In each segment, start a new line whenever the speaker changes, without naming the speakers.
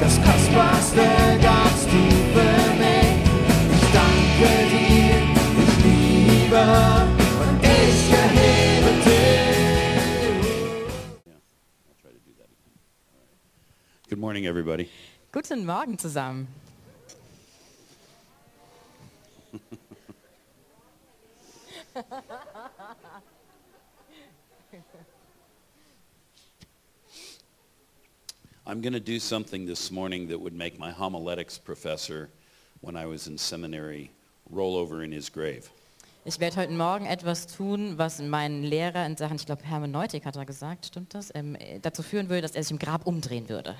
Das Kostbarste gabst du für mich. Ich danke dir, ich liebe und ich erhebe dich.
Good morning, everybody.
Guten Morgen zusammen.
I'm going to do something this morning that would make my homiletics professor when I was in seminary roll over in his grave.
Ich werde heute Morgen etwas tun, was mein Lehrer in Sachen, ich glaube Hermeneutik hat er gesagt, stimmt das, ähm, dazu führen würde, dass er sich im Grab umdrehen würde.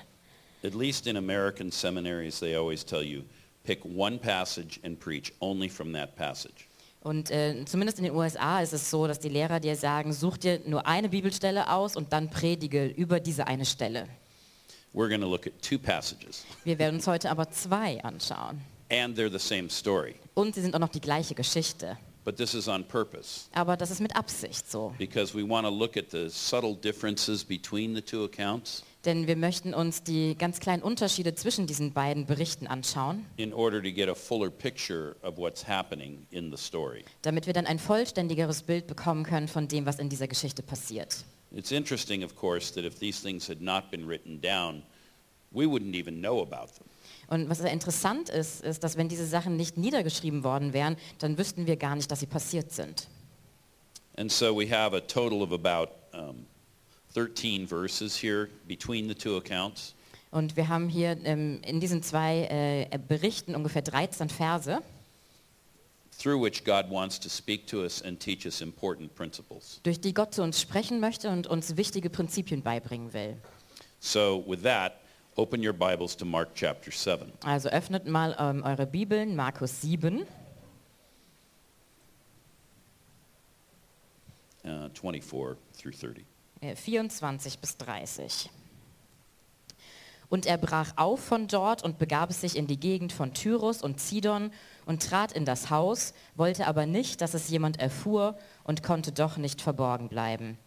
At least in American seminaries, they always tell you, pick one passage and preach only from that passage.
Und äh, zumindest in den USA ist es so, dass die Lehrer dir sagen, such dir nur eine Bibelstelle aus und dann predige über diese eine Stelle.
We're going to look at two passages,
Wir werden uns heute aber zwei anschauen.
and they're the same story.
Und sie sind auch noch die gleiche Geschichte.
But this is on purpose
Aber das ist mit Absicht so.
because we want to look at the subtle differences between the two accounts
Denn wir möchten uns die ganz kleinen Unterschiede zwischen diesen beiden Berichten anschauen.
in order to get a fuller picture of what's happening in the story.
damit wir dann ein vollständigeres Bild bekommen können von dem, was in dieser Geschichte passiert.
It's interesting, of course, that if these things had not been written down, we wouldn't even know about them.
Und was sehr interessant ist, ist, dass wenn diese Sachen nicht niedergeschrieben worden wären, dann wüssten wir gar nicht, dass sie passiert sind.
And so we have a total of about um, 13 verses here between the two accounts.
Und wir haben hier ähm, in diesen zwei äh, Berichten ungefähr 13 Verse,
through which God wants to speak to us and teach us important principles.
durch die Gott zu uns sprechen möchte und uns wichtige Prinzipien beibringen will.
So with that, open your Bibles to Mark chapter 7.
Also öffnet mal ähm, eure Bibeln, Markus 7,
Uh, 24 through 30.
äh, 24 bis 30. Und er brach auf von dort und begab sich in die Gegend von Tyrus und Zidon und trat in das Haus, wollte aber nicht, dass es jemand erfuhr und konnte doch nicht verborgen bleiben.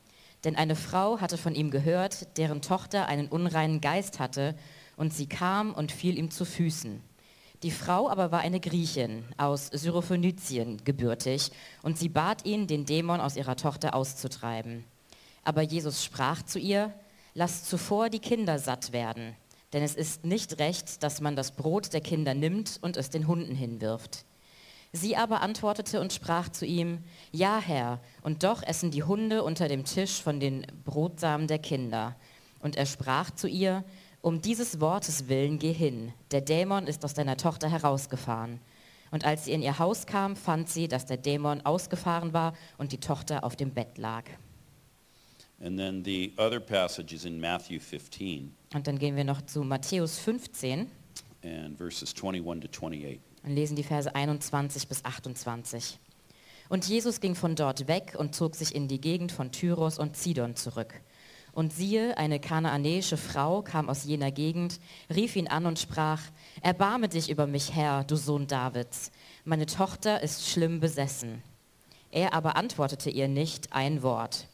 Denn eine Frau hatte von ihm gehört, deren Tochter einen unreinen Geist hatte, und sie kam und fiel ihm zu Füßen. Die Frau aber war eine Griechin aus Syrophönizien gebürtig, und sie bat ihn, den Dämon aus ihrer Tochter auszutreiben. Aber Jesus sprach zu ihr, lasst zuvor die Kinder satt werden, denn es ist nicht recht, dass man das Brot der Kinder nimmt und es den Hunden hinwirft. Sie aber antwortete und sprach zu ihm, Ja, Herr, und doch essen die Hunde unter dem Tisch von den Brotsamen der Kinder. Und er sprach zu ihr, Um dieses Wortes willen geh hin, der Dämon ist aus deiner Tochter herausgefahren. Und als sie in ihr Haus kam, fand sie, dass der Dämon ausgefahren war und die Tochter auf dem Bett lag.
And then the other passage is in Matthew 15
Und dann gehen wir noch zu Matthäus 15
and verses 21 to 28.
und lesen die Verse 21 bis 28. Und Jesus ging von dort weg und zog sich in die Gegend von Tyros und Zidon zurück. Und siehe, eine kanaanäische Frau kam aus jener Gegend, rief ihn an und sprach, Erbarme dich über mich, Herr, du Sohn Davids, meine Tochter ist schlimm besessen. Er aber antwortete ihr nicht ein Wort.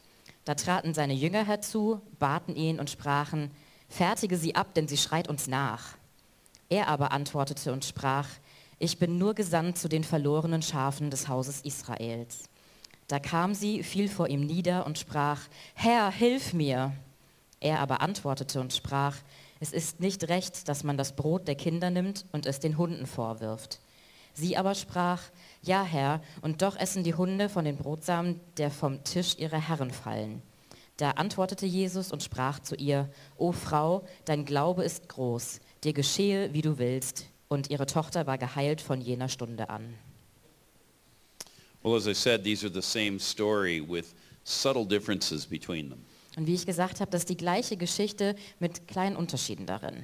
Da traten seine Jünger herzu, baten ihn und sprachen, Fertige sie ab, denn sie schreit uns nach. Er aber antwortete und sprach, ich bin nur gesandt zu den verlorenen Schafen des Hauses Israels. Da kam sie, fiel vor ihm nieder und sprach, Herr, hilf mir. Er aber antwortete und sprach, es ist nicht recht, dass man das Brot der Kinder nimmt und es den Hunden vorwirft. Sie aber sprach, ja Herr, und doch essen die Hunde von den Brotsamen, der vom Tisch ihrer Herren fallen. Da antwortete Jesus und sprach zu ihr, O Frau, dein Glaube ist groß, dir geschehe, wie du willst. Und ihre Tochter war geheilt von jener Stunde an.
Well, as I said, these are the same story with subtle differences between them.
Und wie ich gesagt habe, das ist die gleiche Geschichte mit kleinen Unterschieden darin.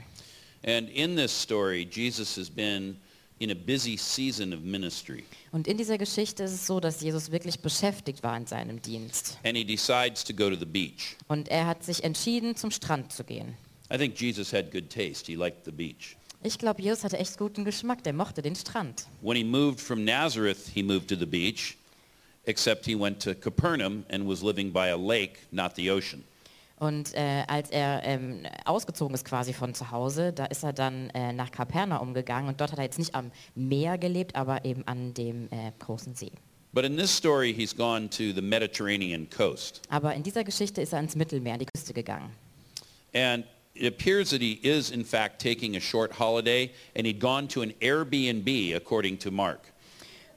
And in this story, Jesus has been in a busy season of ministry.
Und in dieser Geschichte ist es so, dass Jesus wirklich beschäftigt war in seinem Dienst.
And he decides to go to the beach.
Und er hat sich entschieden, zum Strand zu gehen.
I think Jesus had good taste. He liked the beach.
Ich glaube, Jesus hatte echt guten Geschmack, der mochte den Strand.
When he moved from Nazareth, he moved to the beach, except he went to Capernaum and was living by a lake, not the ocean.
Und äh, als er ähm, ausgezogen ist quasi von zu Hause, da ist er dann äh, nach Kapernaum gegangen und dort hat er jetzt nicht am Meer gelebt, aber eben an dem äh, großen See.
But in this story, he's gone to the Mediterranean coast.
Aber in dieser Geschichte ist er ans Mittelmeer, an die Küste gegangen.
And it appears that he is, in fact, taking a short holiday, and he'd gone to an Airbnb, according to Mark.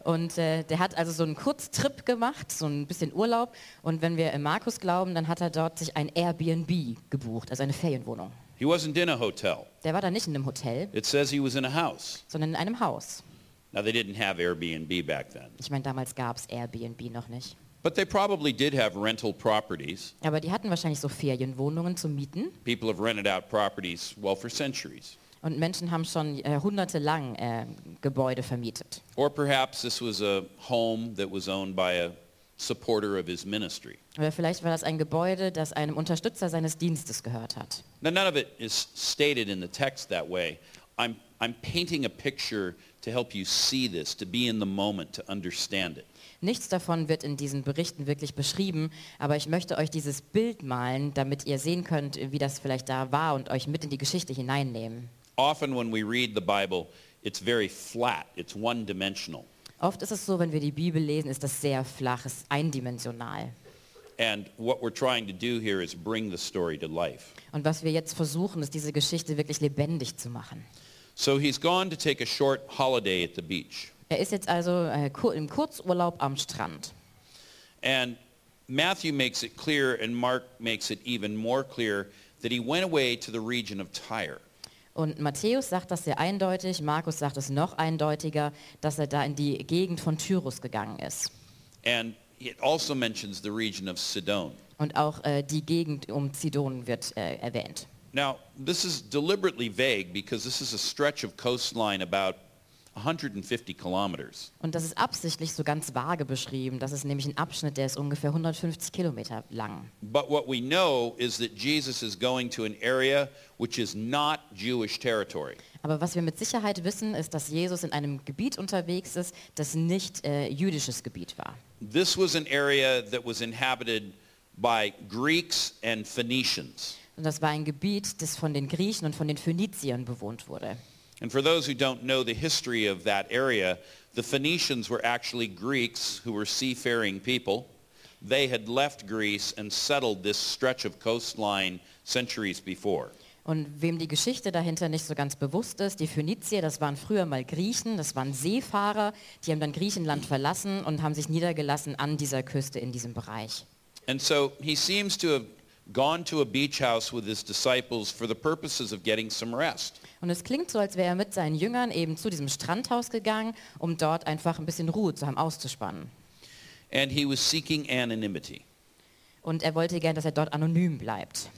Und äh, der hat also so einen Kurztrip gemacht, so ein bisschen Urlaub. Und wenn wir äh, Markus glauben, dann hat er dort sich ein Airbnb gebucht, also eine Ferienwohnung.
He wasn't in a hotel.
Der war dann nicht in einem Hotel,
It says he was in a house.
sondern in einem Haus.
Now, they didn't have Airbnb back then,
Ich meine, damals gab es Airbnb noch nicht.
but they probably did have rental properties.
Aber die hatten wahrscheinlich so Ferienwohnungen zu mieten.
People have rented out properties, well, for centuries.
Und Menschen haben schon äh, hundertelang äh, Gebäude vermietet.
Or perhaps this was a home that was owned by a supporter of his ministry.
Oder vielleicht war das ein Gebäude, das einem Unterstützer seines Dienstes gehört hat.
Now, none of it is stated in the text that way. I'm, I'm painting a picture to help you see this, to be in the moment, to understand it.
Nichts davon wird in diesen Berichten wirklich beschrieben, aber ich möchte euch dieses Bild malen, damit ihr sehen könnt, wie das vielleicht da war und euch mit in die Geschichte hineinnehmen.
Often when we read the Bible, it's very flat. It's one-dimensional.
Oft ist es so, wenn wir die Bibel lesen, ist das sehr flach, ist eindimensional.
And what we're trying to do here is bring the story to life.
Und was wir jetzt versuchen, ist diese Geschichte wirklich lebendig zu machen.
So he's gone to take a short holiday at the beach.
Er ist jetzt also äh, kur im Kurzurlaub am Strand.
And Matthew makes it clear, and Mark makes it even more clear, that he went away to the region of Tyre.
Und Matthäus sagt das sehr eindeutig, Markus sagt es noch eindeutiger, dass er da in die Gegend von Tyrus gegangen ist.
And it also mentions the region of Sidon.
Und auch äh, die Gegend um Zidon wird äh, erwähnt.
Now, this is deliberately vague because this is a stretch of coastline about 150 kilometers.
Und das ist absichtlich so ganz vage beschrieben. Das ist nämlich ein Abschnitt, der ist ungefähr 150 Kilometer lang.
But what we know is that Jesus is going to an area which is not Jewish territory.
Aber was wir mit Sicherheit wissen, ist, dass Jesus in einem Gebiet unterwegs ist, das nicht äh, jüdisches Gebiet war.
This was an area that was inhabited by Greeks and Phoenicians.
Und das war ein Gebiet, das von den Griechen und von den Phöniziern bewohnt wurde.
And for those who don't know the history of that area, the Phoenicians were actually Greeks who were seafaring people. They had left Greece and settled this stretch of coastline centuries before.
Und wem die Geschichte dahinter nicht so ganz bewusst ist, die Phönizier, das waren früher mal Griechen, das waren Seefahrer, die haben dann Griechenland verlassen und haben sich niedergelassen an dieser Küste in diesem Bereich.
And so he seems to have gone to a beach house with his disciples for the purposes of getting some rest.
Und es klingt so, als wäre er mit seinen Jüngern eben zu diesem Strandhaus gegangen, um dort einfach ein bisschen Ruhe zu haben, auszuspannen.
And he was seeking anonymity.
Und er wollte gern, dass er dort anonym bleibt.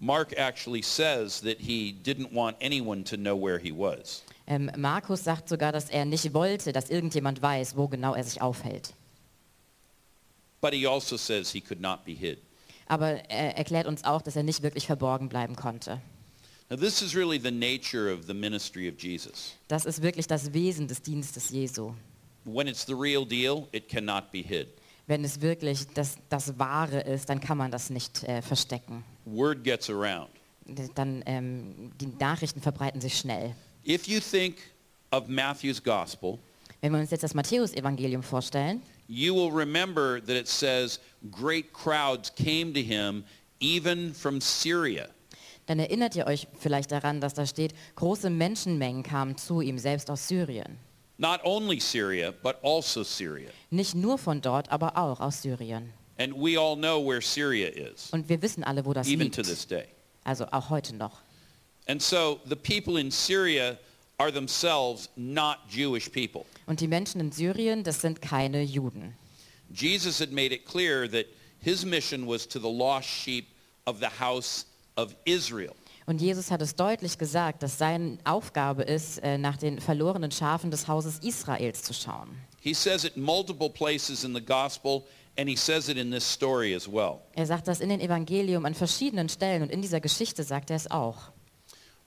Mark actually says that he didn't want anyone to know where he was.
Ähm, Markus sagt sogar, dass er nicht wollte, dass irgendjemand weiß, wo genau er sich aufhält.
But he also says he could not be hid.
Aber er erklärt uns auch, dass er nicht wirklich verborgen bleiben konnte.
Now this is really the nature of the ministry of Jesus.
Das ist wirklich das Wesen des Dienstes Jesu.
When it's the real deal, it cannot be hid.
Wenn es wirklich das, das Wahre ist, dann kann man das nicht äh, verstecken.
Word gets around.
Dann ähm, die Nachrichten verbreiten sich schnell.
If you think of Matthew's gospel,
Wenn wir uns jetzt das Matthäusevangelium vorstellen,
you will remember that it says great crowds came to him even from Syria.
dann erinnert ihr euch vielleicht daran, dass da steht, große Menschenmengen kamen zu ihm, selbst aus Syrien.
Not only Syria, but also Syria.
Nicht nur von dort, aber auch aus Syrien.
And we all know where Syria is,
Und wir wissen alle, wo das
even to this
liegt.
day.
Also auch heute noch.
And so the people in Syria are themselves not Jewish people.
Und die Menschen in Syrien, das sind keine Juden.
Jesus had made it clear that his mission was to the lost sheep of the house of Israel.
Und Jesus hat es deutlich gesagt, dass seine Aufgabe ist, äh, nach den verlorenen Schafen des Hauses Israels zu schauen.
He says it multiple places in the gospel, and he says it in this story as well.
Er sagt das in den Evangelium an verschiedenen Stellen und in dieser Geschichte sagt er es auch.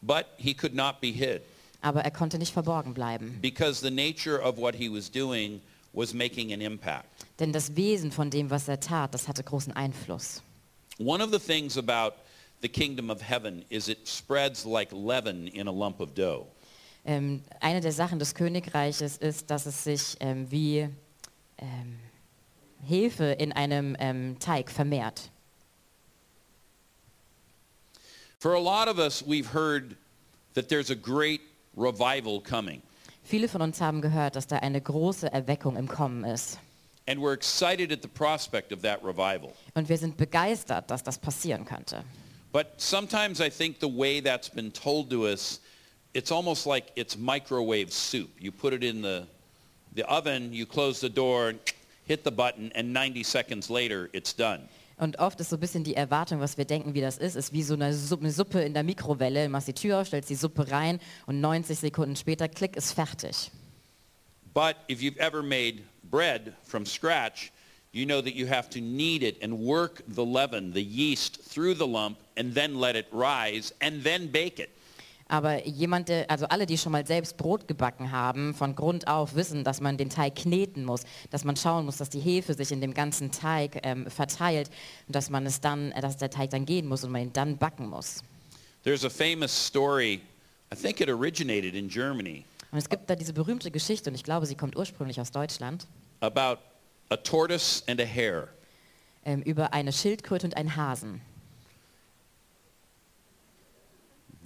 But he could not be hid
Aber er konnte nicht verborgen bleiben,
because the nature of what he was doing was making an impact.
denn das Wesen von dem, was er tat, das hatte großen Einfluss.
One of the things about the kingdom of heaven is it spreads like leaven in a lump of dough.
Ähm, eine der Sachen des Königreiches ist, dass es sich ähm, wie ähm, Hefe in einem ähm, Teig vermehrt.
For a lot of us, we've heard that there's a great revival coming,
Viele von uns haben gehört, dass da eine große Erweckung im Kommen ist.
and we're excited at the prospect of that revival.
Und wir sind begeistert, dass das passieren könnte.
But sometimes I think the way that's been told to us, it's almost like it's microwave soup. You put it in the, the oven, you close the door, hit the button, and 90 seconds later, it's done.
Und oft ist so ein bisschen die Erwartung, was wir denken, wie das ist, ist wie so eine Suppe, eine Suppe in der Mikrowelle. Du machst die Tür auf, stellst die Suppe rein und 90 Sekunden später, klick, ist fertig.
But if you've ever made bread from scratch, you know that you have to knead it and work the leaven, the yeast, through the lump, and then let it rise, and then bake it.
Aber jemand, der, also alle, die schon mal selbst Brot gebacken haben, von Grund auf wissen, dass man den Teig kneten muss, dass man schauen muss, dass die Hefe sich in dem ganzen Teig ähm, verteilt und dass man es dann, äh, dass der Teig dann gehen muss und man ihn dann backen muss.
There's a famous story, I think it originated in Germany,
Und es gibt da diese berühmte Geschichte, und ich glaube, sie kommt ursprünglich aus Deutschland,
about a tortoise and a hare.
ähm, über eine Schildkröte und einen Hasen.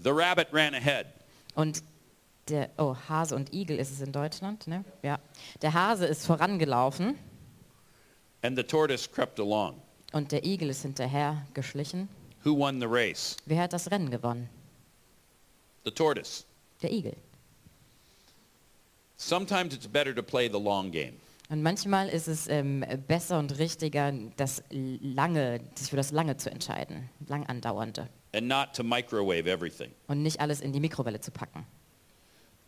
The rabbit ran ahead.
Und der, oh, Hase und Igel ist es in Deutschland, ne? Ja. Der Hase ist vorangelaufen
And the tortoise crept along.
und der Igel ist hinterher geschlichen.
Who won the race?
Wer hat das Rennen gewonnen?
The tortoise.
Der Igel.
Sometimes it's better to play the long game.
Und manchmal ist es ähm, besser und richtiger, das lange, sich für das lange zu entscheiden, lang andauernde
and not to microwave everything.
und nicht alles in die Mikrowelle zu packen.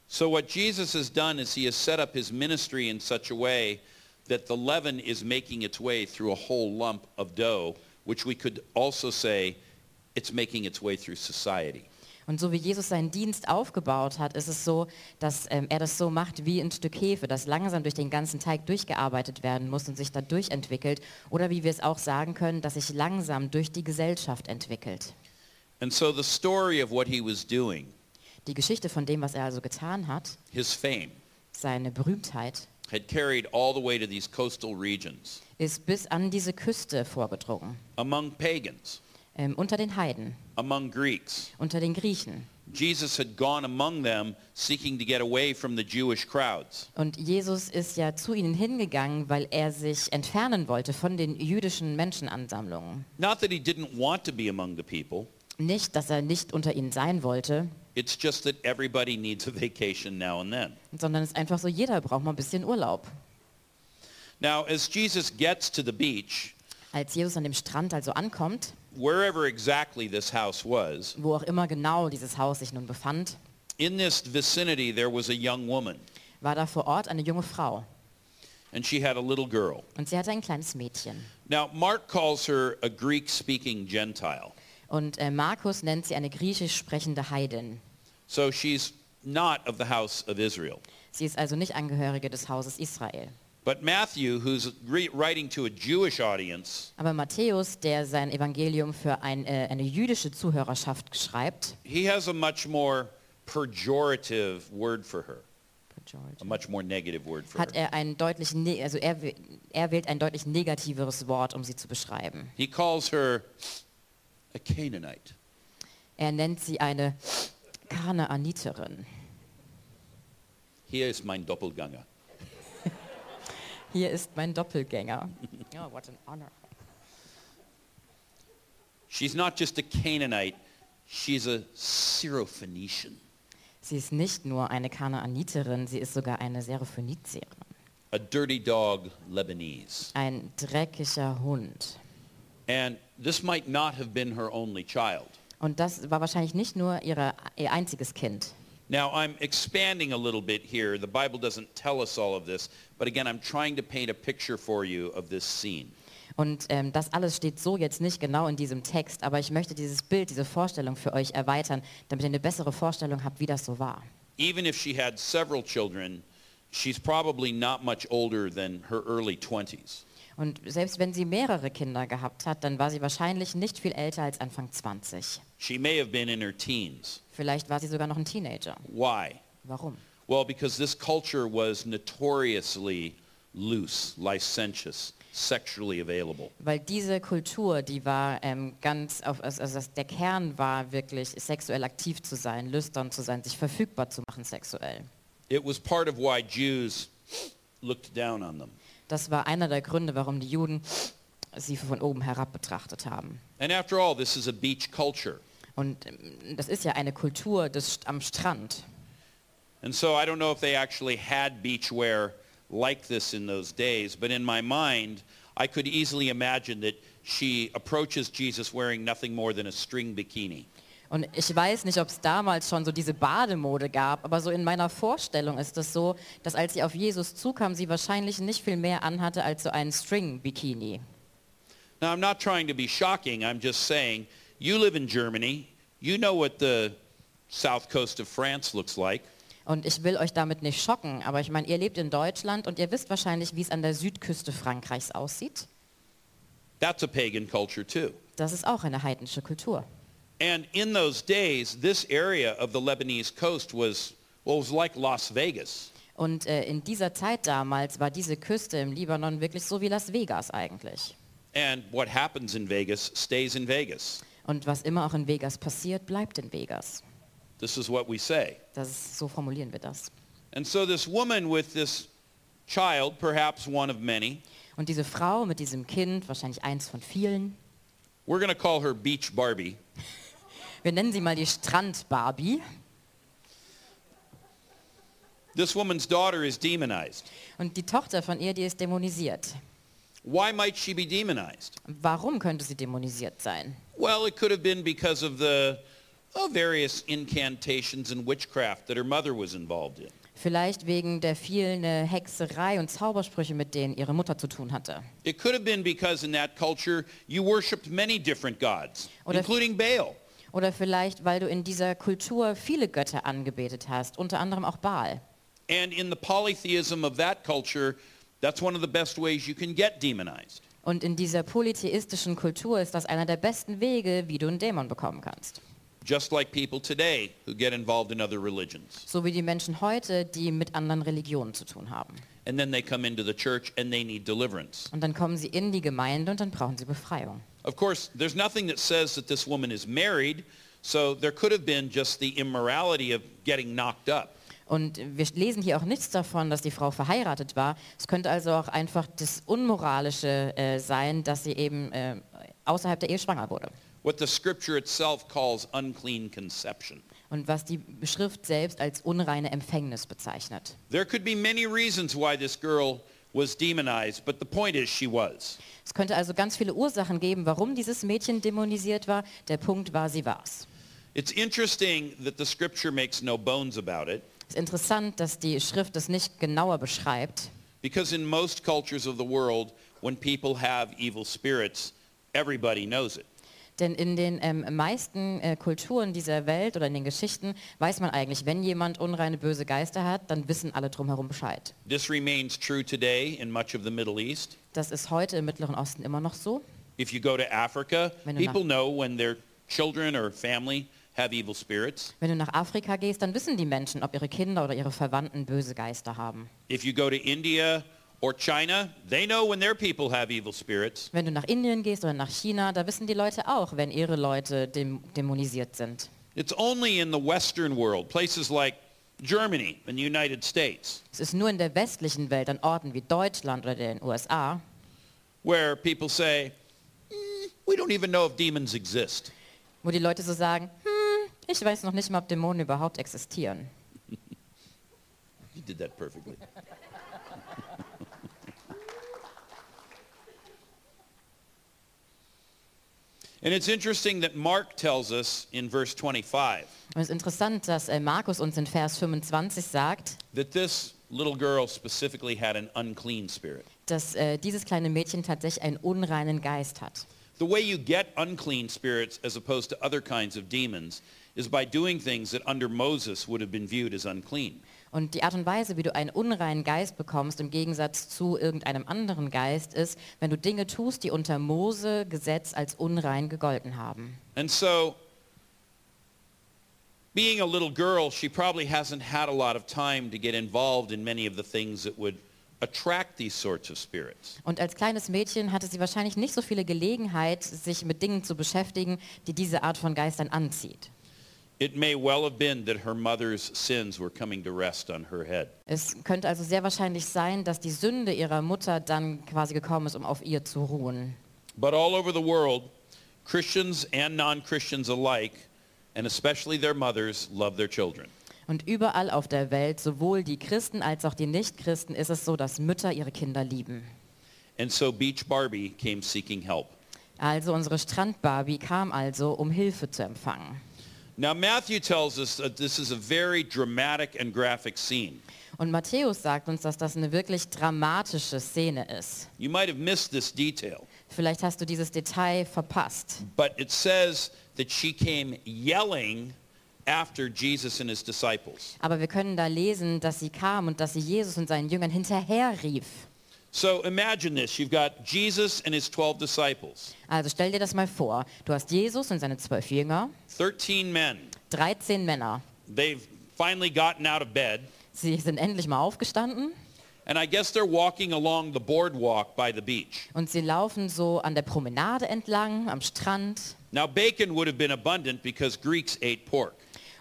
So what Jesus has done is he has set up his ministry in such a way that the leaven is making its way through a whole lump of dough, which we could also say it's making its way through society.
Und so wie Jesus seinen Dienst aufgebaut hat, ist es so, dass ähm, er das so macht wie ein Stück Hefe, das langsam durch den ganzen Teig durchgearbeitet werden muss und sich dadurch entwickelt. Oder wie wir es auch sagen können, dass sich langsam durch die Gesellschaft entwickelt.
And so the story of what he was doing,
Die Geschichte von dem, was er also getan hat,
his fame,
seine Berühmtheit,
had carried all the way to these coastal regions
ist bis an diese Küste vorgedrungen.
among pagans,
Ähm, unter den Heiden,
among Greeks.
unter den Griechen.
Jesus had gone among them seeking to get away from the Jewish crowds.
Und Jesus ist ja zu ihnen hingegangen, weil er sich entfernen wollte von den jüdischen Menschenansammlungen.
Not that he didn't want to be among the people,
Nicht, dass er nicht unter ihnen sein wollte,
It's just that everybody needs a vacation now and then.
sondern es ist einfach so, jeder braucht mal ein bisschen Urlaub.
Now, as Jesus gets to the beach,
Als Jesus an dem Strand also ankommt,
wherever exactly this house was,
wo auch immer genau dieses Haus sich nun befand,
in this vicinity there was a young woman,
war da vor Ort eine junge Frau
and she had a little girl.
und sie hatte ein kleines Mädchen.
Now, Mark calls her a Greek-speaking Gentile.
Und äh, Markus nennt sie eine griechisch sprechende Heidin.
So she's not of the house of Israel.
Sie ist also nicht Angehörige des Hauses Israel.
But Matthew, who's re- writing to a Jewish audience,
Aber Matthäus, der sein Evangelium für ein, äh, eine jüdische Zuhörerschaft schreibt,
he has a much more pejorative word for her, a much more negative word for her.
hat er einen deutlich, ne also er, w- er wählt ein deutlich negativeres Wort, um sie zu beschreiben.
He calls her a Canaanite.
Er nennt sie eine Kanaaniterin.
Hier ist mein Doppelganger.
Hier ist mein Doppelgänger. Oh, what an honor.
She's not just a Canaanite, she's a Syrophoenician,
Sie ist nicht nur eine Kanaaniterin, sie ist sogar eine Serophönizierin.
a dirty dog Lebanese.
Ein dreckiger Hund.
And this might not have been her only child.
Und das war wahrscheinlich nicht nur ihre, ihr einziges Kind.
Now, I'm expanding a little bit here. The Bible doesn't tell us all of this, but again, I'm trying to paint a picture for you of this scene.
Und ähm, das alles steht so jetzt nicht genau in diesem Text, aber ich möchte dieses Bild, diese Vorstellung für euch erweitern, damit ihr eine bessere Vorstellung habt, wie das so war.
Even if she had several children, she's probably not much older than her early 20s.
Und selbst wenn sie mehrere Kinder gehabt hat, dann war sie wahrscheinlich nicht viel älter als Anfang 20.
She may have been in her teens.
Vielleicht war sie sogar noch ein Teenager.
Why?
Warum?
Well, because this culture was notoriously loose, licentious, sexually available.
Weil diese Kultur, die war ähm, ganz, auf, also also das, der Kern war wirklich sexuell aktiv zu sein, lüstern zu sein, sich verfügbar zu machen sexuell.
It was part of why Jews looked down on them.
Das war einer der Gründe, warum die Juden sie von oben herab betrachtet haben.
And after all, this is a beach culture.
Und ähm, das ist ja eine Kultur des, am Strand.
And so I don't know if they actually had beachwear like this in those days, but in my mind, I could easily imagine that she approaches Jesus wearing nothing more than a string bikini.
Und ich weiß nicht, ob es damals schon so diese Bademode gab, aber so in meiner Vorstellung ist es so, dass als sie auf Jesus zukam, sie wahrscheinlich nicht viel mehr anhatte als so einen String-Bikini.
Now, I'm not trying to be shocking. I'm just saying, you live in Germany. You know what the south coast of France looks like.
Und ich will euch damit nicht schocken, aber ich meine, ihr lebt in Deutschland und ihr wisst wahrscheinlich, wie es an der Südküste Frankreichs aussieht.
That's a pagan culture, too.
Das ist auch eine heidnische Kultur.
And in those days, this area of the Lebanese coast was, well, it was like Las Vegas.
Und äh, in dieser Zeit damals war diese Küste im Libanon wirklich so wie Las Vegas eigentlich.
And what happens in Vegas stays in Vegas.
Und was immer auch in Vegas passiert, bleibt in Vegas.
This is what we say.
Das ist, so formulieren wir das.
And so this woman with this child, perhaps one of many,
Und diese Frau mit diesem Kind, wahrscheinlich eins von vielen,
we're going to call her Beach Barbie.
wir nennen sie mal die Strand-Barbie.
This woman's daughter is demonized.
Und die Tochter von ihr, die ist dämonisiert.
Why might she be demonized?
Warum könnte sie dämonisiert sein?
Well, it could have been because of the uh, various incantations and witchcraft that her mother was involved in.
Vielleicht wegen der vielen äh, Hexerei und Zaubersprüche, mit denen ihre Mutter zu tun hatte.
It could have been because in that culture you worshipped many different gods,
Oder-
including Baal.
Oder vielleicht, weil du in dieser Kultur viele Götter angebetet hast, unter anderem auch Baal.
And in the polytheism of that culture, that's one of the best ways you can get demonized.
Und in dieser polytheistischen Kultur ist das einer der besten Wege, wie du einen Dämon bekommen kannst.
Just like people today who get involved in other religions.
So wie die Menschen heute, die mit anderen Religionen zu tun haben.
And then they come into the church and they need deliverance.
Und dann kommen sie in die Gemeinde und dann brauchen sie Befreiung.
Of course, there's nothing that says that this woman is married, so there could have been just the immorality of getting knocked up.
Und wir lesen hier auch nichts davon, dass die Frau verheiratet war. Es könnte also auch einfach das Unmoralische äh, sein, dass sie eben äh, außerhalb der Ehe schwanger wurde.
What the scripture itself calls unclean conception.
Und was die Schrift selbst als unreine Empfängnis bezeichnet.
There could be many reasons why this girl was demonized, but the point is she was.
Es könnte also ganz viele Ursachen geben, warum dieses Mädchen dämonisiert war. Der Punkt war, sie war es.
It's interesting that the scripture makes no bones about it,
Es ist interessant, dass die Schrift es nicht genauer beschreibt,
because in most cultures of the world, when people have evil spirits, everybody knows it.
Denn in den ähm, meisten äh, Kulturen dieser Welt oder in den Geschichten weiß man eigentlich, wenn jemand unreine böse Geister hat, dann wissen alle drumherum Bescheid.
This remains true today in much of the Middle East.
Das ist heute im Mittleren Osten immer noch so.
If you go to Africa,
Wenn du nach-
people know when their children or family have evil spirits.
Wenn du nach Afrika gehst, dann wissen die Menschen, ob ihre Kinder oder ihre Verwandten böse Geister haben.
If you go to India or China, they know when their people have evil spirits.
Wenn du nach Indien gehst oder nach China, da wissen die Leute auch, wenn ihre Leute däm dämonisiert sind.
It's only in the Western world, places like Germany and the United States,
Es ist nur in der westlichen Welt, an Orten wie Deutschland oder den USA,
where people say, "Mm, we don't even know if demons exist.
wo die Leute so sagen, hm, ich weiß noch nicht mal, ob Dämonen überhaupt existieren.
You did that perfectly. And it's interesting that Mark tells us in verse 25
Und es ist interessant, dass äh, Markus uns in Vers 25 sagt,
that this little girl specifically had an unclean spirit.
dass äh, dieses kleine Mädchen tatsächlich einen unreinen Geist hat.
The way you get unclean spirits as opposed to other kinds of demons is by doing things that under Moses would have been viewed as unclean.
Und die Art und Weise, wie du einen unreinen Geist bekommst, im Gegensatz zu irgendeinem anderen Geist, ist, wenn du Dinge tust, die unter Mose Gesetz als unrein gegolten haben.
And so, being a little girl, she probably hasn't had a lot of time to get involved in many of the things that would attract these sorts of spirits.
Und als kleines Mädchen hatte sie wahrscheinlich nicht so viele Gelegenheit, sich mit Dingen zu beschäftigen, die diese Art von Geistern anzieht.
It may well have been that her mother's sins were coming to rest on her head.
Es könnte also sehr wahrscheinlich sein, dass die Sünde ihrer Mutter dann quasi gekommen ist, um auf ihr zu ruhen.
But all over the world, Christians and non-Christians alike, and especially their mothers, love their children.
Und überall auf der Welt, sowohl die Christen als auch die Nichtchristen, ist es so, dass Mütter ihre Kinder lieben.
And so Beach Barbie came seeking help.
Also unsere Strandbarbie kam also, um Hilfe zu empfangen.
Now Matthew tells us that this is a very dramatic and graphic scene.
Und Matthäus sagt uns, dass das eine wirklich dramatische Szene ist.
You might have missed this detail,
Vielleicht hast du dieses Detail verpasst.
but it says that she came yelling after Jesus and his disciples.
Aber wir können da lesen, dass sie kam und dass sie Jesus und seinen Jüngern hinterherrief.
So imagine this. You've got Jesus and his 12 disciples,
Also stell dir das mal vor. Du hast Jesus und seine zwölf Jünger,
13 men.
13 Männer.
They've finally gotten out of bed,
Sie sind endlich mal aufgestanden
and I guess they're walking along the boardwalk by the beach.
und sie laufen so an der Promenade entlang, am Strand.
Now bacon would have been abundant because Greeks ate pork.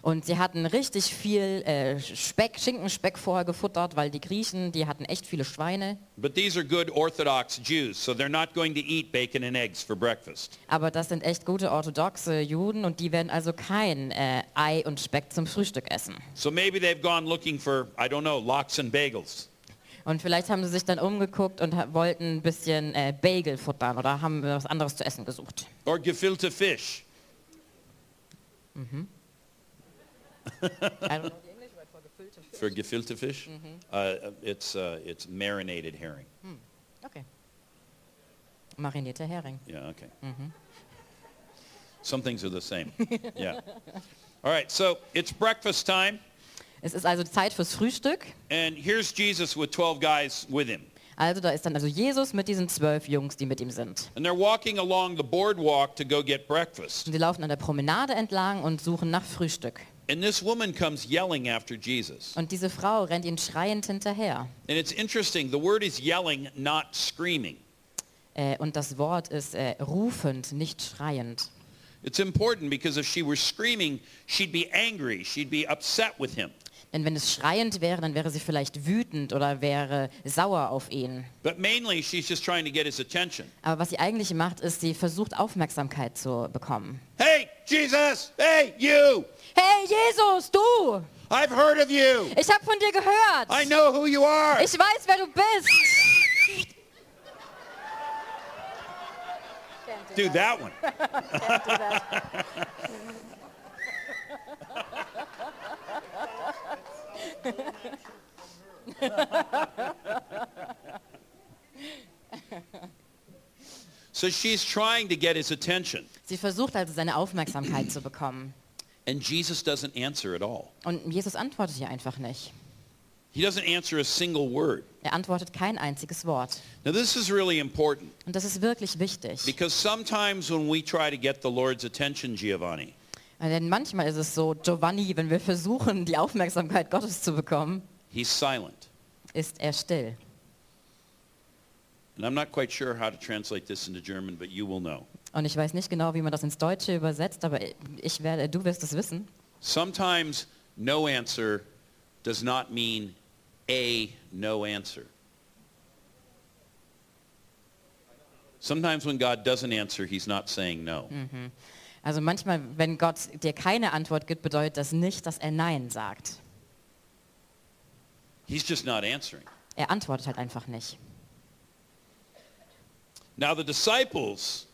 Und sie hatten richtig viel äh, Speck, Schinkenspeck vorher gefuttert, weil die Griechen, die hatten echt viele Schweine.
But these are good Orthodox Jews, so they're not going to eat bacon and eggs for breakfast.
Aber das sind echt gute orthodoxe Juden und die werden also kein äh, Ei und Speck zum Frühstück essen.
So maybe they've gone looking for, I don't know, lox and bagels.
Und vielleicht haben sie sich dann umgeguckt und ha- wollten ein bisschen äh, Bagel futtern oder haben was anderes zu essen gesucht.
or gefilte fish.
I don't know.
For gefilte fish, uh, it's, uh, it's marinated herring.
Okay. Marinierter Hering.
Yeah, okay. Some things are the same. yeah. All right, so it's breakfast time,
Es ist also Zeit fürs Frühstück.
and here's Jesus with 12 guys with him.
Also da ist dann also Jesus mit diesen zwölf Jungs, die mit ihm sind.
And they're walking along the boardwalk to go get breakfast.
Und sie laufen an der Promenade entlang und suchen nach Frühstück.
And this woman comes yelling after Jesus.
Und diese Frau rennt ihnen schreiend hinterher.
And it's interesting, the word is yelling, not screaming.
Äh, und das Wort ist äh, rufend, nicht schreiend.
It's important because if she were screaming, she'd be angry, she'd be upset with him.
Denn wenn es schreiend wäre, dann wäre sie vielleicht wütend oder wäre sauer auf ihn.
But mainly, she's just trying to get his attention.
Aber was sie eigentlich macht, ist, sie versucht Aufmerksamkeit zu bekommen.
Hey, Jesus! Hey, you!
Hey Jesus, du!
I've heard of you!
Ich habe von dir gehört!
I know who you are!
Ich weiß, wer du bist!
Do that one. so she's trying to get his attention,
Sie versucht also seine Aufmerksamkeit zu bekommen.
and Jesus doesn't answer at all.
Und Jesus antwortet ihr einfach nicht.
He doesn't answer a single word.
Er antwortet kein einziges Wort.
Now this is really important
Und das ist wirklich wichtig.
because sometimes when we try to get the Lord's attention, Giovanni,
Denn manchmal ist es so, Giovanni, wenn wir versuchen, die Aufmerksamkeit Gottes zu bekommen,
he's silent.
ist er still.
And I'm not quite sure how to translate this into German, but you will know.
Und ich weiß nicht genau, wie man das ins Deutsche übersetzt, aber ich werde, du wirst es wissen.
Sometimes no answer does not mean a no answer. Sometimes when God doesn't answer, he's not saying no.
Also manchmal, wenn Gott dir keine Antwort gibt, bedeutet das nicht, dass er Nein sagt.
He's just not answering.
Er antwortet halt einfach nicht.
Now the disciples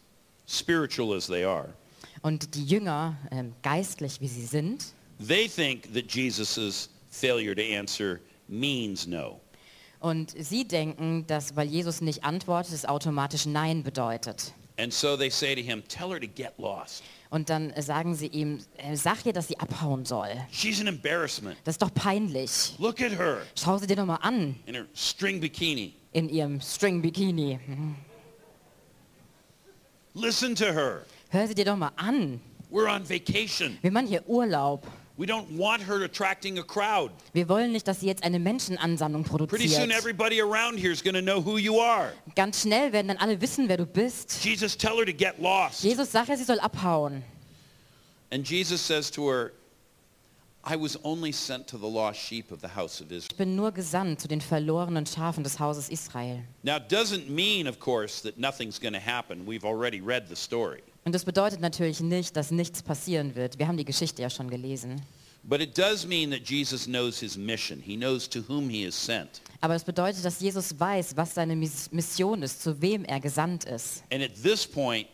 spiritual as they are,
Und die Jünger, ähm, geistlich wie sie sind,
they think that Jesus' failure to answer means no.
und sie denken, dass weil Jesus nicht antwortet, es automatisch Nein bedeutet.
And so they say to him, tell her to get lost.
Und dann äh, sagen sie ihm, äh, sag ihr, dass sie abhauen soll.
She's an embarrassment.
Das ist doch peinlich.
Look at her
Schau sie dir doch mal an
in her string bikini.
in ihrem Mhm. String-Bikini.
Listen to her.
Hör sie dir doch mal an.
We're on vacation.
Wir machen hier Urlaub.
We don't want her attracting a crowd.
Wir wollen nicht, dass sie jetzt eine Menschenansammlung
Pretty soon
produziert.
everybody around here is going to know who you are.
Ganz schnell werden dann alle wissen, wer du bist.
Jesus, tell her to get lost.
Jesus sagt ja, sie soll abhauen.
And Jesus says to her, I was only sent to the lost sheep of the house of Israel.
Ich bin nur gesandt zu den verlorenen Schafen des Hauses Israel.
Now, it doesn't mean, of course, that nothing's going to happen. We've already read the story.
Und das bedeutet natürlich nicht, dass nichts passieren wird. Wir haben die Geschichte ja schon gelesen.
But it does mean that Jesus knows his mission. He knows to whom he is sent.
Aber es bedeutet, dass Jesus weiß, was seine Mis- Mission ist, zu wem er gesandt ist.
And at this point,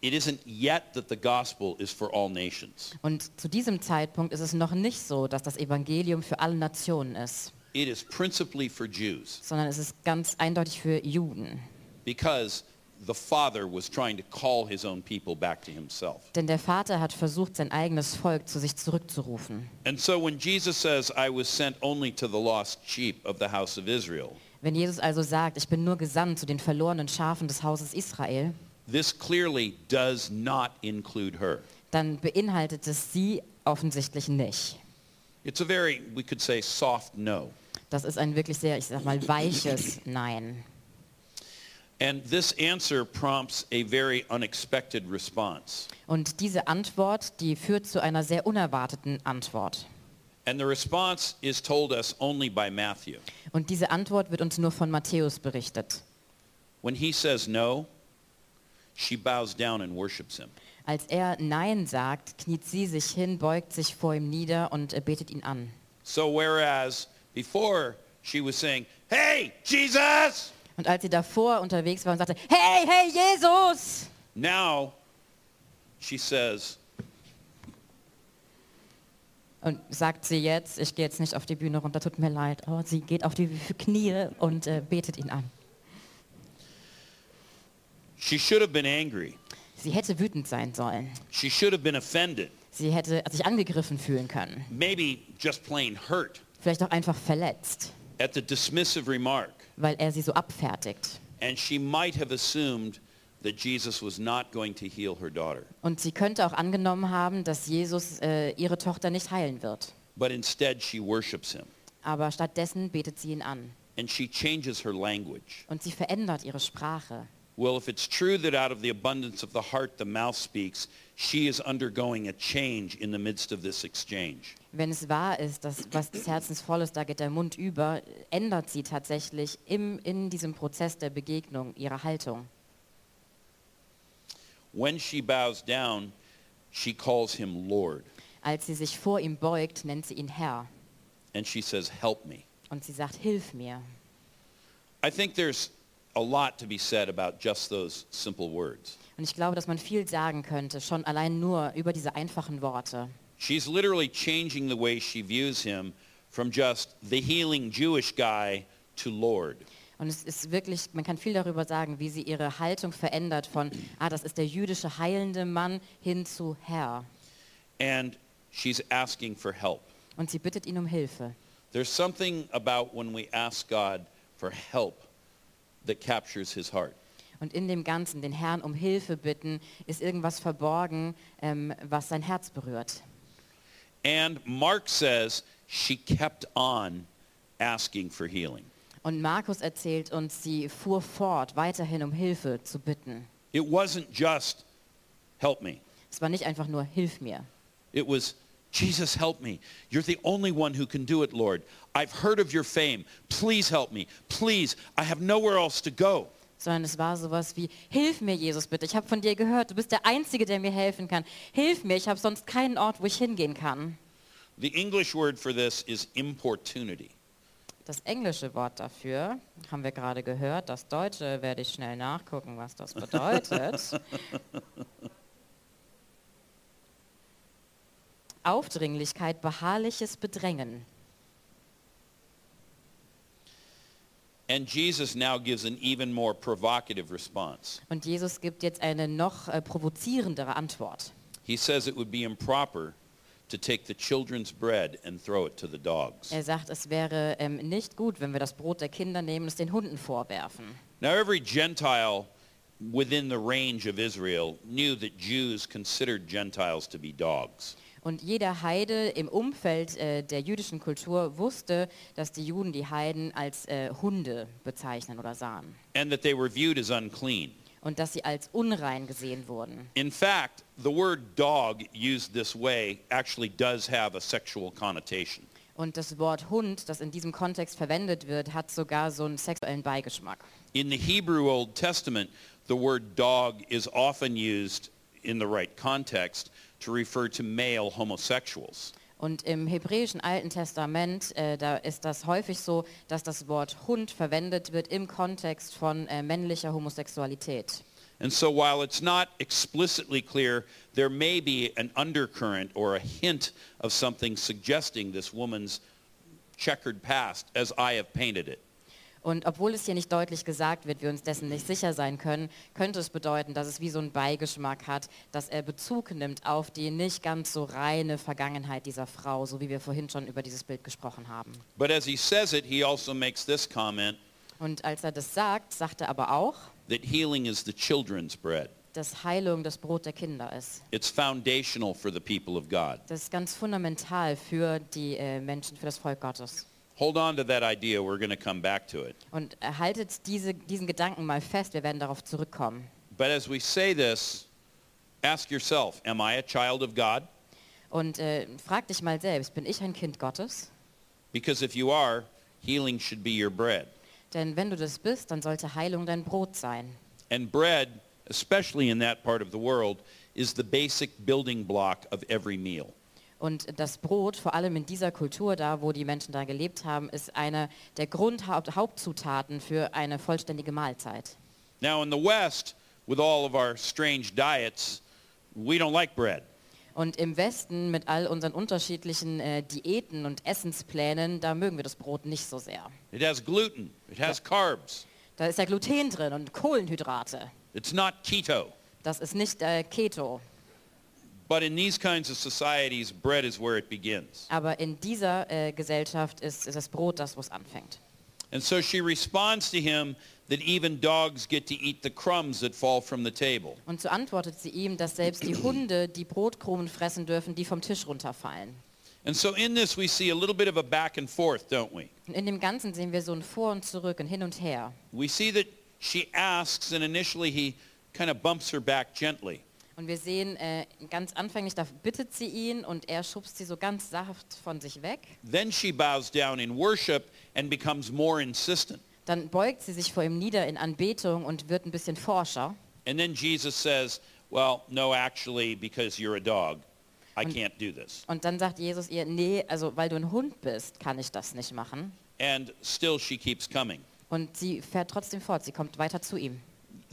it isn't yet that the gospel is for all nations.
Und zu diesem Zeitpunkt ist es noch nicht so, dass das Evangelium für alle Nationen ist,
It is principally for Jews
sondern es ist ganz eindeutig für Juden.
because the Father was trying to call his own people back to himself.
Denn der Vater hat versucht, sein eigenes Volk zu sich zurückzurufen.
And so when Jesus says, I was sent only to the lost sheep of the house of Israel,
Wenn Jesus also sagt, ich bin nur gesandt zu den verlorenen Schafen des Hauses Israel,
this clearly does not include her.
dann beinhaltet es sie offensichtlich nicht.
It's a very, we could say, soft no.
Das ist ein wirklich sehr, ich sag mal, weiches Nein.
And this answer prompts a very unexpected response.
Und diese Antwort, die führt zu einer sehr unerwarteten Antwort.
And the response is told us only by Matthew.
Und diese Antwort wird uns nur von Matthäus berichtet.
When he says no, she bows down and worships him.
Als er Nein sagt, kniet sie sich hin, beugt sich vor ihm nieder und äh, betet ihn an.
So whereas before she was saying, hey, Jesus,
Und als sie davor unterwegs war und sagte, hey, hey, Jesus,
now she says,
Und sagt sie jetzt, ich gehe jetzt nicht auf die Bühne runter, tut mir leid. Oh, sie geht auf die Knie und äh, betet ihn an.
she should have been angry.
Sie hätte wütend sein sollen.
She should have been offended.
Sie hätte sich angegriffen fühlen können.
Maybe just plain hurt
Vielleicht auch einfach verletzt,
at the dismissive remark.
weil er sie so abfertigt.
And she might have assumed that Jesus was not going to heal her daughter.
Und sie könnte auch angenommen haben, dass Jesus äh, ihre Tochter nicht heilen wird.
But instead she worships him.
Aber stattdessen betet sie ihn an.
And she changes her language.
Und sie verändert ihre Sprache.
Well, if it's true that out of the abundance of the heart the mouth speaks, she is undergoing a change in the midst of this exchange.
Wenn es wahr ist, dass was des Herzens voll ist, da geht der Mund über, ändert sie tatsächlich im, in diesem Prozess der Begegnung ihre Haltung.
When she bows down, she calls him Lord.
Als sie sich vor ihm beugt, nennt sie ihn Herr
And she says, help me.
und sie sagt, hilf mir.
I think there's a lot to be said about just those simple words.
Und ich glaube, dass man viel sagen könnte, schon allein nur über diese einfachen Worte.
She's literally changing the way she views him from just the healing Jewish guy to Lord.
Und es ist wirklich, man kann viel darüber sagen, wie sie ihre Haltung verändert von, ah, das ist der jüdische heilende Mann hin zu Herr.
And she's asking for help.
Und sie bittet ihn um Hilfe.
There's something about when we ask God for help that captures his heart.
Und in dem Ganzen, den Herrn um Hilfe bitten, ist irgendwas verborgen, ähm, was sein Herz berührt.
And Mark says she kept on asking for healing.
Und Markus erzählt uns, sie fuhr fort, weiterhin um Hilfe zu bitten.
It wasn't just, help me.
Es war nicht einfach nur, hilf mir,
It was, Jesus, help me. You're the only one who can do it, Lord. I've heard of your fame. Please help me. Please. I have nowhere else to go.
sondern es war sowas wie, hilf mir, Jesus, bitte. Ich habe von dir gehört, du bist der Einzige, der mir helfen kann. Hilf mir, ich habe sonst keinen Ort, wo ich hingehen kann.
The English word for this is importunity.
Das englische Wort dafür haben wir gerade gehört. Das deutsche werde ich schnell nachgucken, was das bedeutet. Aufdringlichkeit, beharrliches Bedrängen.
And Jesus now gives an even more provocative response.
Und Jesus gibt jetzt eine noch äh, provozierendere Antwort.
He says it would be improper to take the children's bread and throw it to the dogs.
Er sagt, es wäre ähm, nicht gut, wenn wir das Brot der Kinder nehmen und es den Hunden vorwerfen.
Now, every Gentile within the range of Israel knew that Jews considered Gentiles to be dogs.
Und jeder Heide im Umfeld äh, der jüdischen Kultur wusste, dass die Juden die Heiden als äh, Hunde bezeichnen oder sahen.
and that they were viewed as unclean.
Und dass sie als unrein gesehen wurden.
In fact, the word dog used this way actually does have a sexual connotation.
Und das Wort Hund, das in diesem Kontext verwendet wird, hat sogar so einen sexuellen Beigeschmack.
In the Hebrew Old Testament, the word dog is often used in the right context to refer to male homosexuals.
Und im hebräischen Alten Testament, äh, da ist das häufig so, dass das Wort Hund verwendet wird im Kontext von äh, männlicher Homosexualität.
And so while it's not explicitly clear, there may be an undercurrent or a hint of something suggesting this woman's checkered past as I have painted it.
Und obwohl es hier nicht deutlich gesagt wird, wir uns dessen nicht sicher sein können, könnte es bedeuten, dass es wie so einen Beigeschmack hat, dass er Bezug nimmt auf die nicht ganz so reine Vergangenheit dieser Frau, so wie wir vorhin schon über dieses Bild gesprochen haben.
But as he says it, he also makes this comment,
Und als er das sagt, sagt er aber auch,
that healing is the children's bread.
dass Heilung das Brot der Kinder ist.
It's foundational for the people of God.
Das ist ganz fundamental für die äh, Menschen, für das Volk Gottes.
Hold on to that idea. We're going to come back to it.
Und äh, haltet diese, diesen Gedanken mal fest, wir werden darauf zurückkommen.
But as we say this, ask yourself, am I a child of God?
Und äh, frag dich mal selbst, bin ich ein Kind Gottes?
Because if you are, healing should be your bread.
Denn wenn du das bist, dann sollte Heilung dein Brot sein.
And bread, especially in that part of the world, is the basic building block of every meal.
Und das Brot, vor allem in dieser Kultur da, wo die Menschen da gelebt haben, ist eine der Grundhaupt Hauptzutaten für eine vollständige Mahlzeit.
Now in the West, with all of our strange diets, we don't like bread.
Und im Westen mit all unseren unterschiedlichen äh, Diäten und Essensplänen, da mögen wir das Brot nicht so sehr.
It has gluten. It has carbs.
Da ist ja Gluten drin und Kohlenhydrate.
It's not keto.
Das ist nicht äh, Keto.
But in these kinds of societies, bread is where it begins.
Aber in dieser äh, Gesellschaft ist, ist das Brot das, wo es anfängt.
And so she responds to him that even dogs get to eat the crumbs that fall from the table.
Und so antwortet sie ihm, dass selbst die Hunde die Brotkrumen fressen dürfen, die vom Tisch runterfallen.
And so in this we see a little bit of a back and forth, don't we?
Und in dem Ganzen sehen wir so ein Vor und Zurück, ein Hin und Her.
We see that she asks and initially he kind of bumps her back gently.
Und wir sehen äh, ganz anfänglich, da bittet sie ihn und er schubst sie so ganz sacht von sich weg.
Then she bows down in worship and becomes more insistent.
Dann beugt sie sich vor ihm nieder in Anbetung und wird ein bisschen forscher.
And then Jesus says, well, no, actually, because you're a dog, I can't do this.
Und dann sagt Jesus ihr, nee, also weil du ein Hund bist, kann ich das nicht machen.
And still she keeps coming.
Und sie fährt trotzdem fort, sie kommt weiter zu ihm.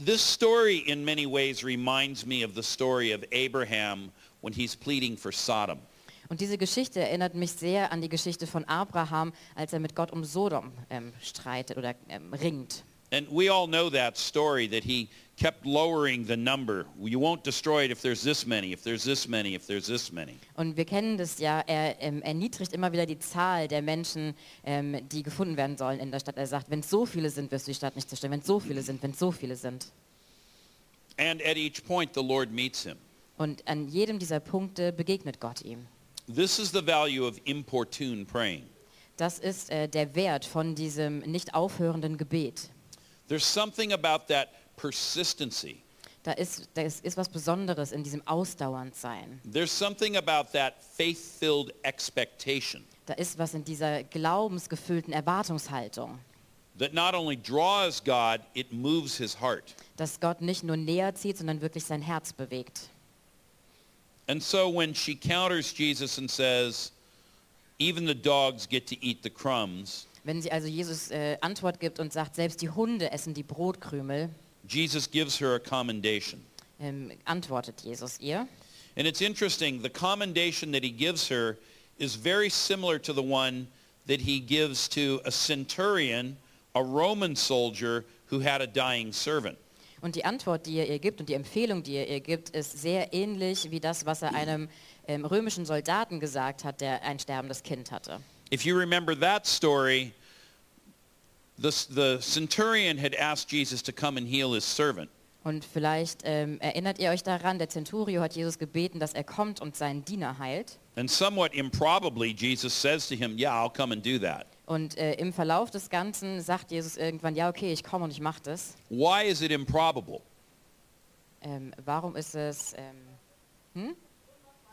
This story in many ways reminds me of the story of Abraham when he's pleading for Sodom.
Und diese Geschichte erinnert mich sehr an die Geschichte von Abraham, als er mit Gott um Sodom ähm, streitet oder ähm, ringt.
And we all know that story that he kept lowering the number. You won't destroy it if there's this many, if there's this many, if there's this many.
Und wir kennen das ja, er ähm, erniedrigt immer wieder die Zahl der Menschen, ähm, die gefunden werden sollen in der Stadt. Er sagt, wenn es so viele sind, wirst du die Stadt nicht zerstören. Wenn es so viele sind, wenn es so viele sind.
And at each point, the Lord meets him.
Und an jedem dieser Punkte begegnet Gott ihm.
This is the value of importune praying.
Das ist äh, der Wert von diesem nicht aufhörenden Gebet.
There's something about that persistency.
Da ist, da ist, ist was Besonderes in diesem Ausdauerndsein.
There's something about that faith-filled expectation
Da ist was in dieser glaubensgefüllten Erwartungshaltung,
that not only draws God, it moves his heart.
dass Gott nicht nur näher zieht, sondern wirklich sein Herz bewegt.
And so when she counters Jesus and says, even the dogs get to eat the crumbs,
Und Wenn sie also Jesus äh, Antwort gibt und sagt, selbst die Hunde essen die Brotkrümel,
Jesus gives her a commendation.
ähm, antwortet Jesus ihr.
And it's interesting, the commendation that he gives her is very similar to the one that he gives to a centurion, a Roman soldier who had a dying servant.
Und die Antwort, die er ihr gibt und die Empfehlung, die er ihr gibt, ist sehr ähnlich wie das, was er einem ähm, römischen Soldaten gesagt hat, der ein sterbendes Kind hatte.
If you remember that story, the, the centurion had asked Jesus to come and heal his servant.
Und vielleicht ähm, erinnert ihr euch daran, der Centurio hat Jesus gebeten, dass er kommt und seinen Diener heilt.
And somewhat improbably, Jesus says to him, yeah, I'll come and do that.
Und äh, im Verlauf des Ganzen sagt Jesus irgendwann, ja okay, ich komme und ich mache das.
Why is it improbable?
Ähm, warum ist es ähm, hm?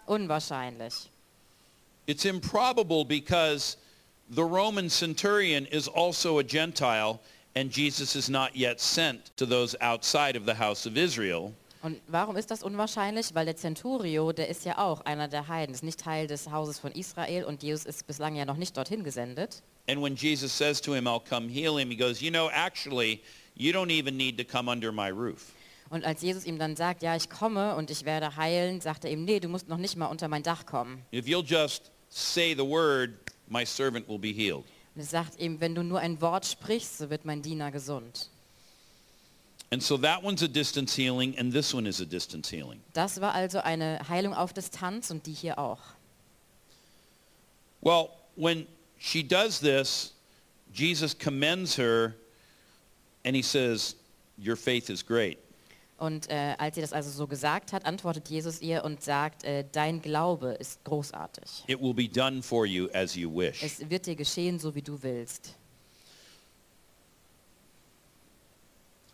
unwahrscheinlich?
It's improbable because the Roman centurion is also a Gentile and Jesus is not yet sent to those outside of the house of Israel.
Und warum ist das unwahrscheinlich? Weil der Centurio, der ist ja auch einer der Heiden, ist nicht Teil des Hauses von Israel und Jesus ist bislang ja noch nicht dorthin gesendet.
And when Jesus says to him, I'll come heal him, he goes, you know, actually, you don't even need to come under my roof.
Und als Jesus ihm dann sagt, ja, ich komme und ich werde heilen, sagt er ihm, nee, du musst noch nicht mal unter mein Dach kommen.
If you'll just say the word, my servant will be healed.
Und es sagt ihm, wenn du nur ein Wort sprichst, so wird mein Diener gesund.
And so that one's a distance healing and this one is a distance healing.
Das war also eine Heilung auf Distanz und die hier auch.
Well, when she does this, Jesus commends her and he says, your faith is great.
Und äh, als sie das also so gesagt hat, antwortet Jesus ihr und sagt, äh, dein Glaube ist großartig.
It will be done for you as you wish.
Es wird dir geschehen, so wie du willst.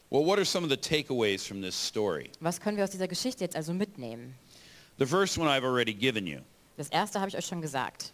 Well, what are some of the takeaways from this story?
Was können wir aus dieser Geschichte jetzt also mitnehmen?
The first one I've already given you.
Das erste habe ich euch schon gesagt.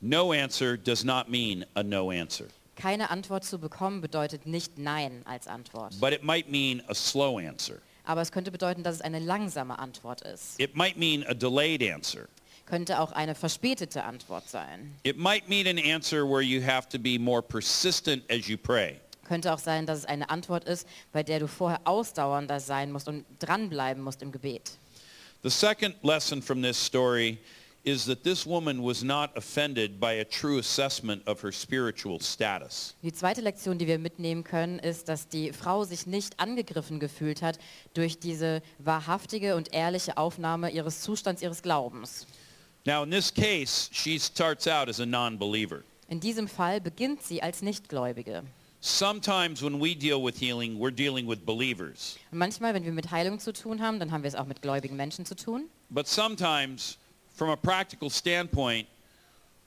No answer does not mean a no answer,
Keine Antwort zu bekommen bedeutet nicht Nein als Antwort.
but it might mean a slow answer.
Aber es könnte bedeuten, dass es eine langsame Antwort ist.
It might mean a delayed answer.
Könnte auch eine verspätete Antwort sein.
It might mean an answer where you have to be more persistent as you pray.
Könnte auch sein, dass es eine Antwort ist, bei der du vorher ausdauernder sein musst und dranbleiben musst im Gebet.
The second lesson from this story is that this woman was not offended by a true assessment of her spiritual status.
Die zweite Lektion, die wir mitnehmen können, ist, dass die Frau sich nicht angegriffen gefühlt hat durch diese wahrhaftige und ehrliche Aufnahme ihres Zustands ihres Glaubens.
Now, in this case, she starts out as a non-believer.
In diesem Fall beginnt sie als Nichtgläubige.
Sometimes when we deal with healing, we're dealing with believers.
Und manchmal, wenn wir mit Heilung zu tun haben, dann haben wir es auch mit gläubigen Menschen zu tun.
But sometimes, from a practical standpoint,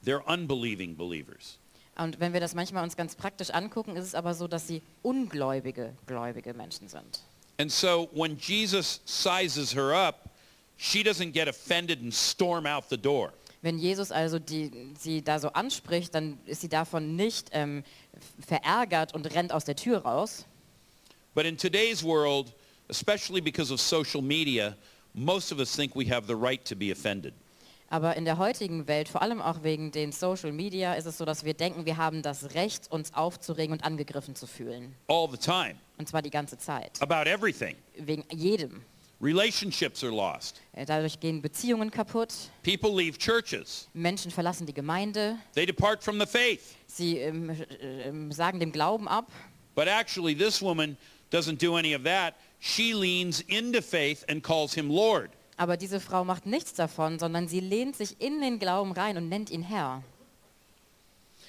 they're unbelieving believers.
Und wenn wir das manchmal uns ganz praktisch angucken, ist es aber so, dass sie ungläubige, gläubige Menschen sind.
And so when Jesus sizes her up, she doesn't get offended and storm out the door.
Wenn Jesus also die, sie da so anspricht, dann ist sie davon nicht ähm, verärgert und rennt aus der Tür raus.
But in today's world, especially because of social media, most of us think we have the right to be offended.
Aber in der heutigen Welt, vor allem auch wegen den Social Media, ist es so, dass wir denken, wir haben das Recht, uns aufzuregen und angegriffen zu fühlen.
all the time
Und zwar die ganze Zeit.
about everything.
Wegen jedem.
Relationships are lost.
Äh, Dadurch gehen Beziehungen kaputt,
People leave churches.
Menschen verlassen die Gemeinde,
They depart from the faith.
sie ähm, äh, ähm, sagen dem Glauben ab.
But actually, this woman doesn't do any of that. She leans into faith and calls him Lord.
Aber diese Frau macht nichts davon, sondern sie lehnt sich in den Glauben rein und nennt ihn Herr.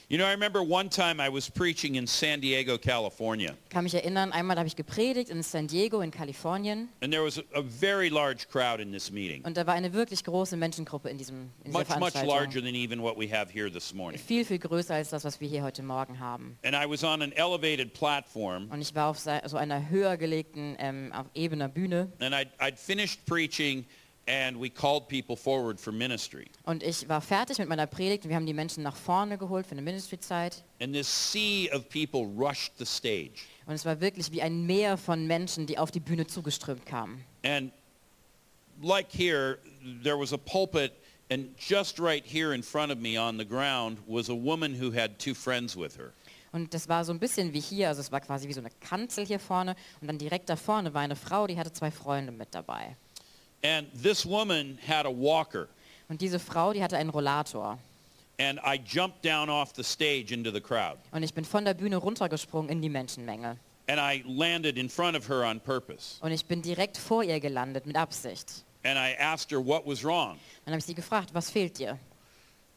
You know, I remember one time I was preaching in San Diego, California,
kann mich erinnern, einmal habe ich gepredigt in San Diego in Kalifornien
and there was a- a very large crowd in this meeting,
und da war eine wirklich große Menschengruppe in, diesem, in dieser
much, much larger
Veranstaltung.
than even what we have here this morning.
Viel, viel größer als das, was wir hier heute Morgen haben.
And I was on an elevated platform,
Und ich war auf se- so einer höher gelegten ähm, auf ebener Bühne
and I'd, I'd finished preaching, and we called people forward for ministry.
und ich war fertig mit meiner Predigt und wir haben die Menschen nach vorne geholt für eine Ministry-Zeit.
And this sea of people rushed the stage.
Und es war wirklich wie ein Meer von Menschen, die auf die Bühne zugeströmt kamen.
And like here, there was a pulpit And just right here in front of me on the ground was a woman who had two friends with her.
Und das war so ein bisschen wie hier, also es war quasi wie so eine Kanzel hier vorne und dann direkt da vorne war eine Frau, die hatte zwei Freunde mit dabei.
And this woman had a walker.
Und diese Frau, die hatte einen Rollator.
And I jumped down off the stage into the crowd.
Und ich bin von der Bühne runtergesprungen in die Menschenmenge.
And I landed in front of her on purpose.
Und ich bin direkt vor ihr gelandet, mit Absicht.
And I asked her what was wrong.
Dann habe ich sie gefragt, was fehlt dir?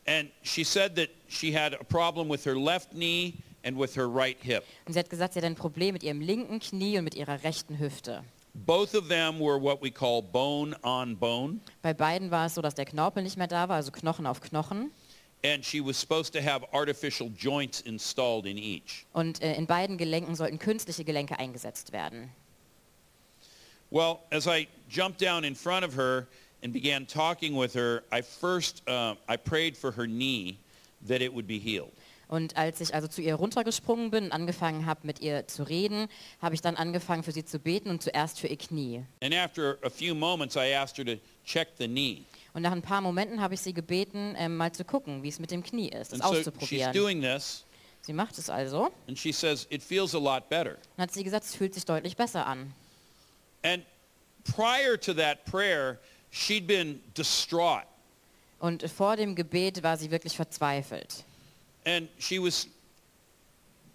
And she said that she had a problem with her left knee and with her right hip.
Und sie hat gesagt, sie hat ein Problem mit ihrem linken Knie und mit ihrer rechten Hüfte.
Both of them were what we call bone on bone.
Bei beiden war es so, dass der Knorpel nicht mehr da war, also Knochen auf Knochen.
And she was supposed to have artificial joints installed in each.
Und äh, in beiden Gelenken sollten künstliche Gelenke eingesetzt werden.
Well, as I jumped down in front of her and began talking with her, I first, uh, I prayed for her knee that it would be healed.
Und als ich also zu ihr runtergesprungen bin und angefangen habe, mit ihr zu reden, habe ich dann angefangen, für sie zu beten und zuerst für ihr Knie.
And after a few moments, I asked her to check the knee.
Und nach ein paar Momenten habe ich sie gebeten, ähm, mal zu gucken, wie es mit dem Knie ist, es
And so she's
auszuprobieren.
doing this,
Sie macht es also und
and she says, it feels a lot better.
hat sie gesagt, es fühlt sich deutlich besser an.
And prior to that prayer, she'd been distraught.
Und vor dem Gebet war sie wirklich verzweifelt.
And she was,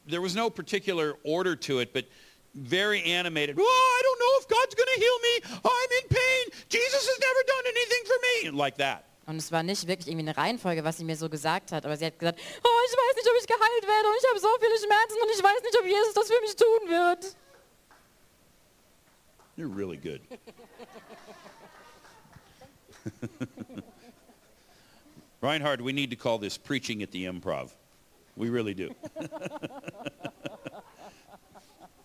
there was no particular order to it, but very animated. Well, I don't know if God's going to heal me. I'm in pain. Jesus has never done anything for me. Like that.
Und es war nicht wirklich irgendwie eine Reihenfolge, was sie mir so gesagt hat, aber sie hat gesagt, oh, ich weiß nicht, ob ich geheilt werde und ich habe so viele Schmerzen und ich weiß nicht, ob Jesus das für mich tun wird.
You're really good. Reinhard, we need to call this preaching at the improv. We really do.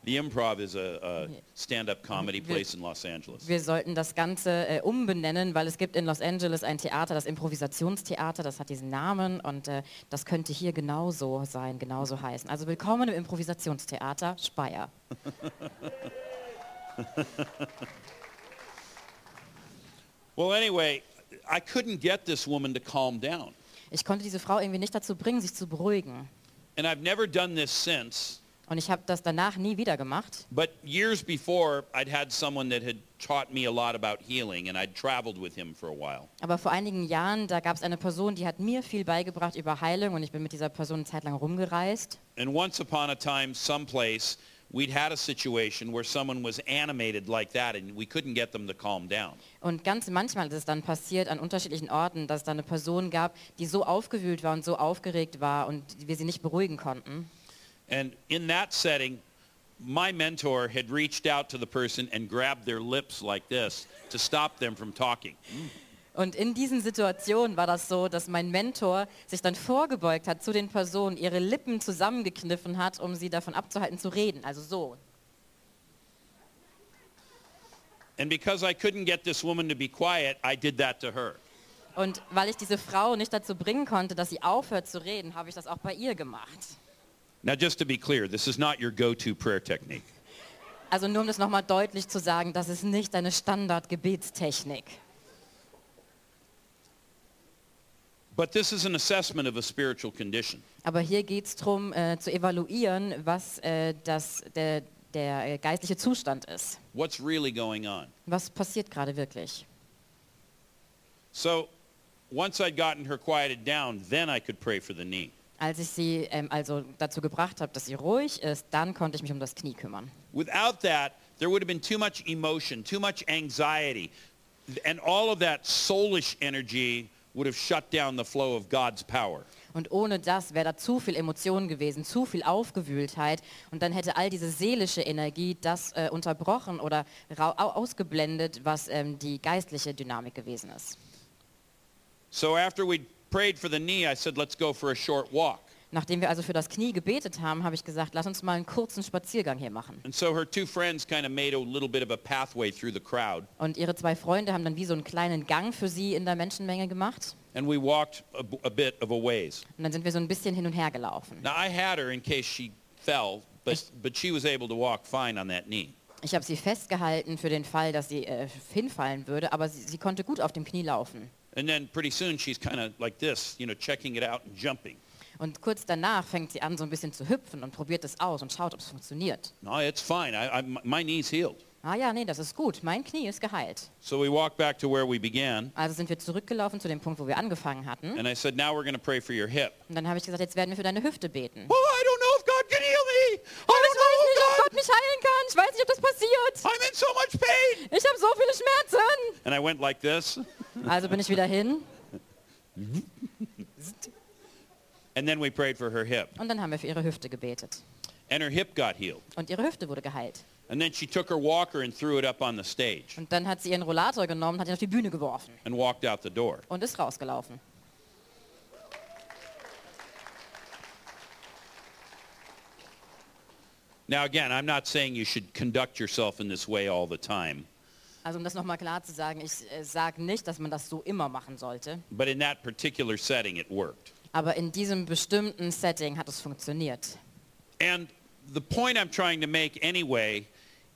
the improv is a, a stand-up comedy place in Los Angeles.
Wir sollten das Ganze äh, umbenennen, weil es gibt in Los Angeles ein Theater, das Improvisationstheater, das hat diesen Namen und äh, das könnte hier genauso sein, genauso heißen. Also willkommen im Improvisationstheater Speyer.
Well, anyway, I couldn't get this woman to calm down.
Ich konnte diese Frau irgendwie nicht dazu bringen, sich zu beruhigen.
And I've never done this since,
Und ich habe das danach nie wieder gemacht.
but years before, I'd had someone that had taught me a lot about healing, and I'd traveled with him for a while.
Aber vor einigen Jahren, da gab es eine Person, die hat mir viel beigebracht über Heilung und ich bin mit dieser Person eine Zeit lang rumgereist.
And once upon a time, someplace, we'd had a situation where someone was animated like that, and we couldn't get them to calm down.
Und ganz manchmal ist es dann passiert an unterschiedlichen Orten, dass es dann eine Person gab, die so aufgewühlt war und so aufgeregt war und wir sie nicht beruhigen konnten.
And in that setting, my mentor had reached out to the person and grabbed their lips like this to stop them from talking.
Und in diesen Situationen war das so, dass mein Mentor sich dann vorgebeugt hat zu den Personen, ihre Lippen zusammengekniffen hat, um sie davon abzuhalten zu reden. Also so.
And because I couldn't get this woman to be quiet, I did that to her.
Und weil ich diese Frau nicht dazu bringen konnte, dass sie aufhört zu reden, habe ich das auch bei ihr gemacht.
Now, just to be clear, this is not your go-to prayer technique.
Also nur um das nochmal deutlich zu sagen, das ist nicht eine Standardgebetstechnik.
But this is an assessment of a spiritual condition.
Aber hier geht es darum, äh, zu evaluieren, was äh, das, der, der äh, geistliche Zustand ist.
What's really going on?
Was passiert gerade wirklich?
So once I'd gotten her quieted down, then I could pray for the knee.
Als ich sie ähm, also dazu gebracht habe, dass sie ruhig ist, dann konnte ich mich um das Knie kümmern.
Without that, there would have been too much emotion, too much anxiety, and all of that soulish energy would have shut down the flow of God's power.
Und ohne das wäre da zu viel Emotion gewesen, zu viel Aufgewühltheit. Und dann hätte all diese seelische Energie das äh, unterbrochen oder rau- au- ausgeblendet, was ähm, die geistliche Dynamik gewesen ist.
So after we'd prayed for the knee, I said, let's go for a short walk.
Nachdem wir also für das Knie gebetet haben, habe ich gesagt, lass uns mal einen kurzen Spaziergang hier machen.
And so her two friends kind of made a little bit of a pathway through the crowd.
Und ihre zwei Freunde haben dann wie so einen kleinen Gang für sie in der Menschenmenge gemacht.
and we walked a, b- a bit of a ways.
Und dann sind wir so ein bisschen hin und her gelaufen.
Now I had her in case she fell, but, but she was able to walk fine on that knee.
Ich habe sie festgehalten für den Fall, dass sie äh, hinfallen würde, aber sie, sie konnte gut auf dem Knie laufen.
And then pretty soon she's kind of like this, you know, checking it out and jumping.
Und kurz danach fängt sie an, so ein bisschen zu hüpfen und probiert es aus und schaut, ob es funktioniert.
No, it's fine. I, I, my knee's healed.
Ah ja, nee, das ist gut. Mein Knie ist geheilt.
So we walk back to where we began.
Also sind wir zurückgelaufen zu dem Punkt, wo wir angefangen hatten.
And I said, now we're going to pray for your hip.
Und dann habe ich gesagt, jetzt werden wir für deine Hüfte beten.
Well, I don't know if God can heal me.
Aber ich weiß nicht,
I
ob
don't
Gott
know,
mich heilen kann. Ich weiß nicht, ob das passiert.
God. I'm in so much pain.
Ich habe so viele Schmerzen.
And I went like this.
Also bin ich wieder hin
And then we prayed for her hip.
und dann haben wir für ihre Hüfte gebetet.
And her hip got healed.
Und ihre Hüfte wurde geheilt.
And then she took her walker and threw it up on the stage
Und dann hat sie ihren Rollator genommen, und hat ihn auf die Bühne geworfen
and walked out the door.
und ist rausgelaufen.
Now, again, I'm not saying you should conduct yourself in this way all the time.
Also um das nochmal klar zu sagen, ich äh, sage nicht, dass man das so immer machen sollte.
But in that particular setting, it worked.
Aber in diesem bestimmten Setting hat es funktioniert.
And the point I'm trying to make anyway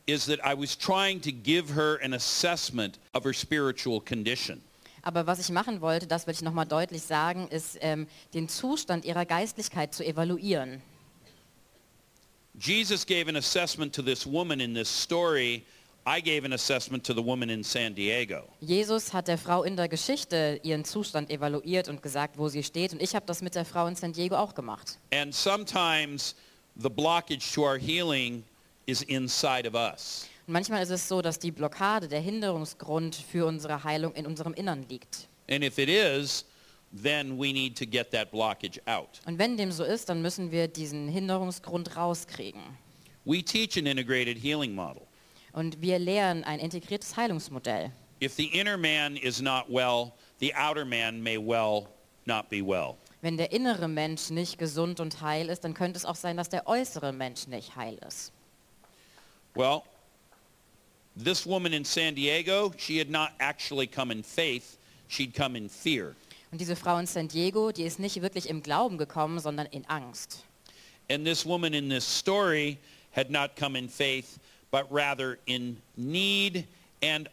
is that I was trying to give her an assessment of her spiritual condition.
Aber was ich machen wollte, das will ich nochmal deutlich sagen, ist ähm, den Zustand ihrer Geistlichkeit zu evaluieren.
Jesus gave an assessment to this woman in this story. I gave an assessment to the woman in San Diego.
Jesus hat der Frau in der Geschichte ihren Zustand evaluiert und gesagt, wo sie steht. Und ich habe das mit der Frau in San Diego auch gemacht.
And sometimes the blockage to our healing is inside of us.
Und manchmal ist es so, dass die Blockade, der Hinderungsgrund für unsere Heilung in unserem Innern liegt.
And if it is, then we need to get that blockage out.
Und wenn dem so ist, dann müssen wir diesen Hinderungsgrund rauskriegen.
We teach an integrated healing model.
Und wir lehren ein integriertes Heilungsmodell.
If the inner man is not well, the outer man may well not be well.
Wenn der innere Mensch nicht gesund und heil ist, dann könnte es auch sein, dass der äußere Mensch nicht heil ist.
Well, this woman in San Diego, she had not actually come in faith. She'd come in fear.
Und diese Frau in San Diego, die ist nicht wirklich im Glauben gekommen, sondern in Angst.
And this woman in this story had not come in faith, but rather in need and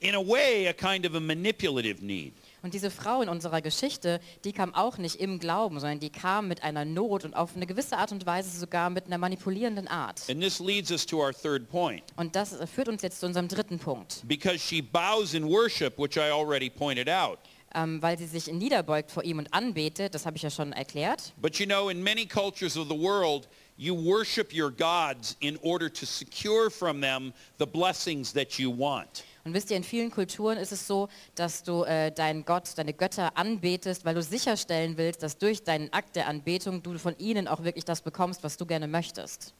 in a way a kind of a manipulative need.
Und diese Frau in unserer Geschichte, die kam auch nicht im Glauben, sondern die kam mit einer Not und auf eine gewisse Art und Weise sogar mit einer manipulierenden Art.
And this leads us to our third point.
Und das führt uns jetzt zu unserem dritten Punkt,
Because she bows in worship, which I already pointed out.
ähm, weil sie sich niederbeugt vor ihm und anbetet, das habe ich ja schon erklärt.
But you know, in many cultures of the world, you worship your gods in order to secure from them the blessings that you want.
Und wisst ihr, in vielen Kulturen ist es so, dass du äh, deinen Gott, deine Götter anbetest, weil du sicherstellen willst, dass durch deinen Akt der Anbetung du von ihnen auch wirklich das bekommst, was du gerne möchtest.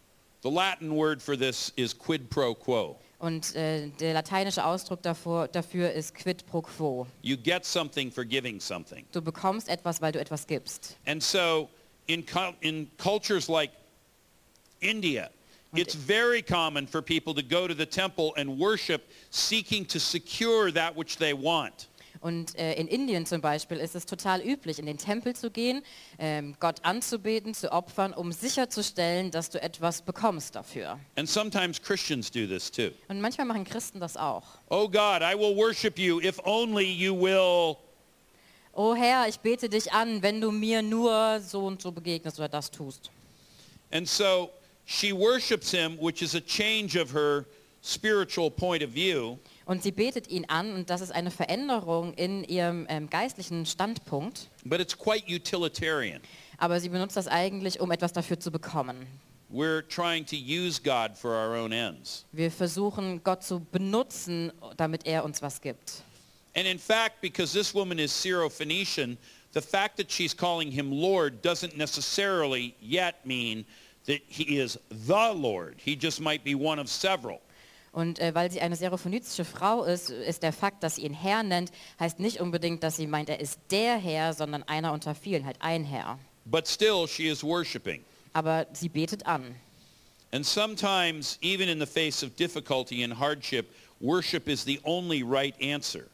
The Latin word for this is quid pro quo.
Und äh, der lateinische Ausdruck davor, dafür ist quid pro quo.
You get something for giving something.
Du bekommst etwas, weil du etwas gibst.
And so in, cul- in cultures like India, it's very common for people to go to the temple and worship seeking to secure that which they want.
Und äh, in Indien zum Beispiel ist es total üblich, in den Tempel zu gehen, ähm, Gott anzubeten, zu opfern, um sicherzustellen, dass du etwas bekommst dafür.
And sometimes Christians do this too.
Und manchmal machen Christen das auch.
Oh God, I will worship you if only you will.
O Oh Herr, ich bete dich an, wenn du mir nur so und so begegnest oder das tust.
And so she worships him, which is a change of her spiritual point of view.
Und sie betet ihn an und das ist eine Veränderung in ihrem ähm, geistlichen Standpunkt.
But it's quite utilitarian.
Aber sie benutzt das eigentlich, um etwas dafür zu bekommen.
We're trying to use God for our own ends.
Wir versuchen, Gott zu benutzen, damit er uns was gibt.
And in fact, because this woman is Syrophoenician, the fact that she's calling him Lord doesn't necessarily yet mean that he is the Lord. He just might be one of several.
Und äh, weil sie eine serophonitische Frau ist, ist der Fakt, dass sie ihn Herr nennt, heißt nicht unbedingt, dass sie meint, er ist der Herr, sondern einer unter vielen, halt ein Herr.
But still, she is worshiping.
Aber sie betet an.
And sometimes, even in the face of difficulty and hardship, worship is the only right answer.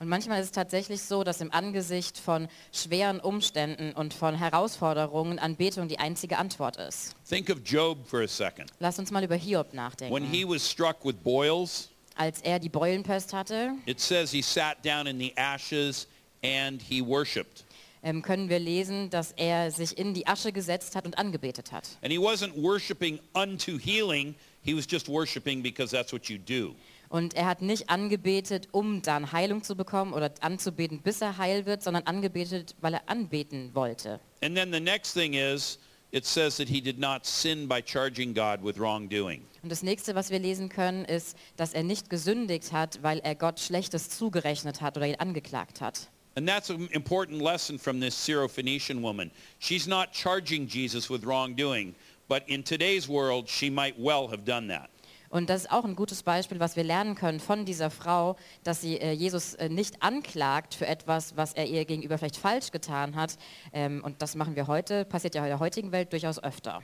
Und manchmal ist es tatsächlich so, dass im Angesicht von schweren Umständen und von Herausforderungen Anbetung die einzige Antwort ist.
Think of Job for a second.
Lasst uns mal über Hiob
When
nachdenken.
he was struck with boils,
Als er die Beulenpest hatte,
it says he sat down in the ashes and he worshiped.
ähm, können wir lesen, dass er sich in die Asche gesetzt hat und angebetet hat.
And he wasn't worshiping unto healing. He was just worshiping because that's what you do.
Und er hat nicht angebetet, um dann Heilung zu bekommen oder anzubeten, bis er heil wird, sondern angebetet, weil er anbeten wollte.
And then the next thing is, it says that he did not sin by charging God with wrongdoing.
Und das nächste, was wir lesen können, ist, dass er nicht gesündigt hat, weil er Gott Schlechtes zugerechnet hat oder ihn angeklagt hat.
And that's an important lesson from this Syrophoenician woman. She's not charging Jesus with wrongdoing, but in today's world, she might well have done that.
Und das ist auch ein gutes Beispiel, was wir lernen können von dieser Frau, dass sie äh, Jesus äh, nicht anklagt für etwas, was er ihr gegenüber vielleicht falsch getan hat. Ähm, und das machen wir heute, passiert ja in der heutigen Welt durchaus öfter.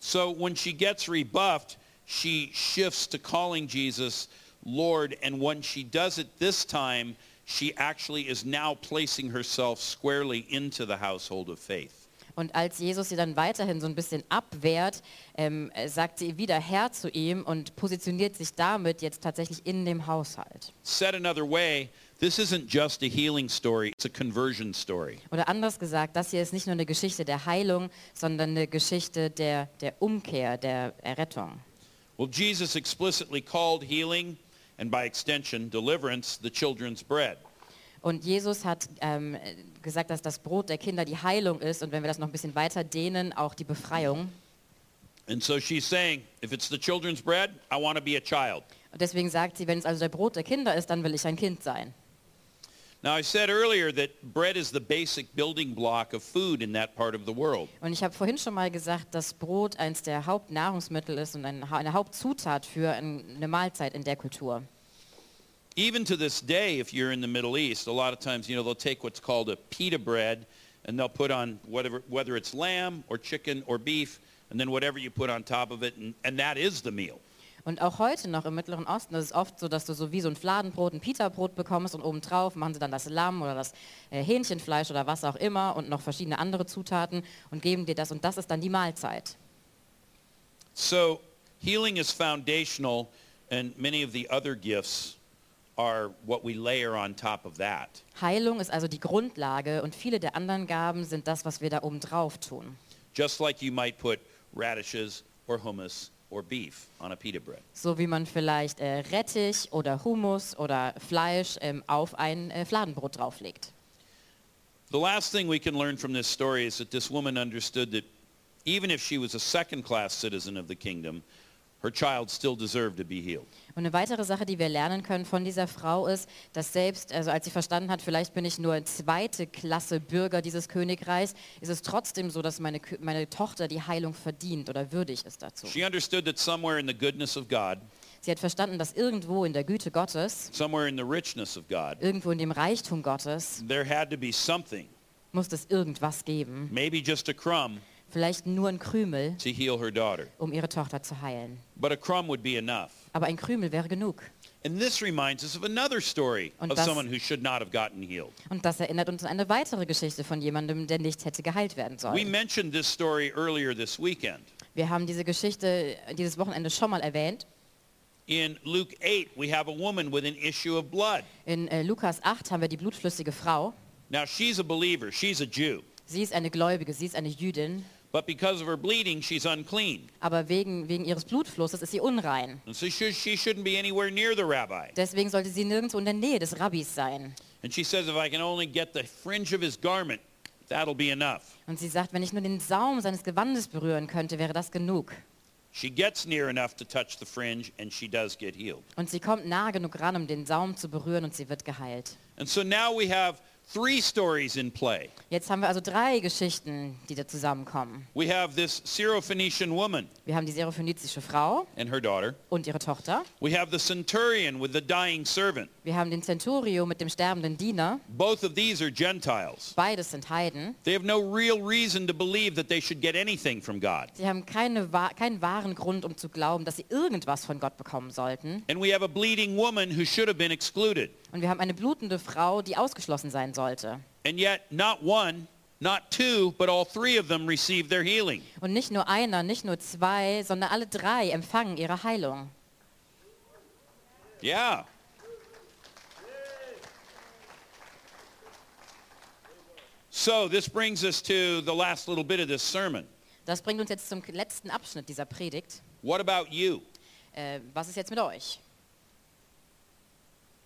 So when she gets rebuffed, she shifts to calling Jesus Lord. And when she does it this time, she actually is now placing herself squarely into the household of faith.
Und als Jesus sie dann weiterhin so ein bisschen abwehrt, ähm, äh, sagt sie wieder Herr zu ihm und positioniert sich damit jetzt tatsächlich in dem Haushalt.
Said another way, this isn't just a healing story, it's a conversion story.
Oder anders gesagt, das hier ist nicht nur eine Geschichte der Heilung, sondern eine Geschichte der, der Umkehr, der Errettung.
Well, Jesus explicitly called healing and by extension deliverance the children's bread.
Und Jesus hat ähm, gesagt, dass das Brot der Kinder die Heilung ist und wenn wir das noch ein bisschen weiter dehnen, auch die Befreiung.
And so she's saying, if it's the children's bread, I want to be a child.
Und deswegen sagt sie, wenn es also der Brot der Kinder ist, dann will ich ein Kind sein.
Now, I said earlier that bread is the basic building block of food in that part of the world.
Und ich habe vorhin schon mal gesagt, dass Brot eins der Hauptnahrungsmittel ist und ein- eine Hauptzutat für ein- eine Mahlzeit in der Kultur.
Even to this day, if you're in the Middle East, a lot of times, you know, they'll take what's called a pita bread and they'll put on whatever, whether it's lamb or chicken or beef, and then whatever you put on top of it, and, and that is the meal.
Und auch heute noch im Mittleren Osten ist es oft so, dass du so wie so ein Fladenbrot, ein Pita-Brot bekommst und obendrauf machen sie dann das Lamm oder das äh, Hähnchenfleisch oder was auch immer und noch verschiedene andere Zutaten und geben dir das und das ist dann die Mahlzeit.
So healing is foundational, and many of the other gifts are what we layer on top of that.
Heilung ist also die Grundlage und viele der anderen Gaben sind das, was wir da obendrauf tun.
Just like you might put radishes or hummus or beef on a pita bread.
So wie man vielleicht äh, Rettich oder Hummus oder Fleisch ähm, auf ein äh, Fladenbrot drauflegt.
The last thing we can learn from this story is that this woman understood that even if she was a second-class citizen of the kingdom, her child still deserved to be healed.
Und eine weitere Sache, die wir lernen können von dieser Frau ist, dass selbst, also als sie verstanden hat, vielleicht bin ich nur zweite Klasse Bürger dieses Königreichs, ist es trotzdem so, dass meine, Kö- meine Tochter die Heilung verdient oder würdig ist dazu.
She understood that somewhere in the goodness of God,
Sie hat verstanden, dass irgendwo in der Güte Gottes,
somewhere in the richness of God,
irgendwo in dem Reichtum Gottes,
there had to be something,
muss es irgendwas geben.
maybe just a crumb,
Vielleicht nur ein Krümel,
to heal her daughter.
um ihre Tochter zu heilen.
But a crumb would be enough.
Aber ein Krümel wäre genug.
And this reminds us of another story
Und
of
das-
someone who should not have gotten healed.
Und das erinnert uns an eine weitere Geschichte von jemandem, der nicht hätte geheilt werden
We
sollen.
mentioned this story earlier this weekend.
Wir haben diese Geschichte dieses Wochenende schon mal erwähnt.
In Luke 8, we have a woman with an issue of blood.
In äh, Lukas 8 haben wir die blutflüssige Frau.
Now, she's a believer. She's a Jew.
Sie ist eine Gläubige, sie ist eine Jüdin,
But because of her bleeding, she's unclean.
aber wegen, wegen ihres Blutflusses ist sie unrein.
And so she, she shouldn't be anywhere near the rabbi.
Deswegen sollte sie nirgendwo in der Nähe des Rabbis sein.
And she says, if I can only get the fringe of his garment, that'll be enough.
Und sie sagt, wenn ich nur den Saum seines Gewandes berühren könnte, wäre das genug.
She gets near enough to touch the fringe, and she does get healed.
Und sie kommt nah genug ran, um den Saum zu berühren und sie wird geheilt.
And so now we have three stories in play.
Jetzt haben wir also drei Geschichten, die da zusammenkommen.
We have this Syrophoenician woman
Wir haben die serophönizische Frau
and her daughter.
und ihre Tochter.
We have the centurion with the dying servant.
Wir haben den Centurio mit dem sterbenden Diener.
Both of these are Gentiles.
Beides sind Heiden.
They have no real reason to believe that they should get anything from God.
Sie haben keine, wa- keinen wahren Grund, um zu glauben, dass sie irgendwas von Gott bekommen sollten.
And we have a bleeding woman who should have been excluded.
Und wir haben eine blutende Frau, die ausgeschlossen sein sollte.
And yet, not one, not two, but all three of them received their healing.
Und nicht nur einer, nicht nur zwei, sondern alle drei empfangen ihre Heilung.
Yeah. So this brings us to the last little bit of this sermon.
Das bringt uns jetzt zum letzten Abschnitt dieser Predigt.
What about you?
Äh, was ist jetzt mit euch?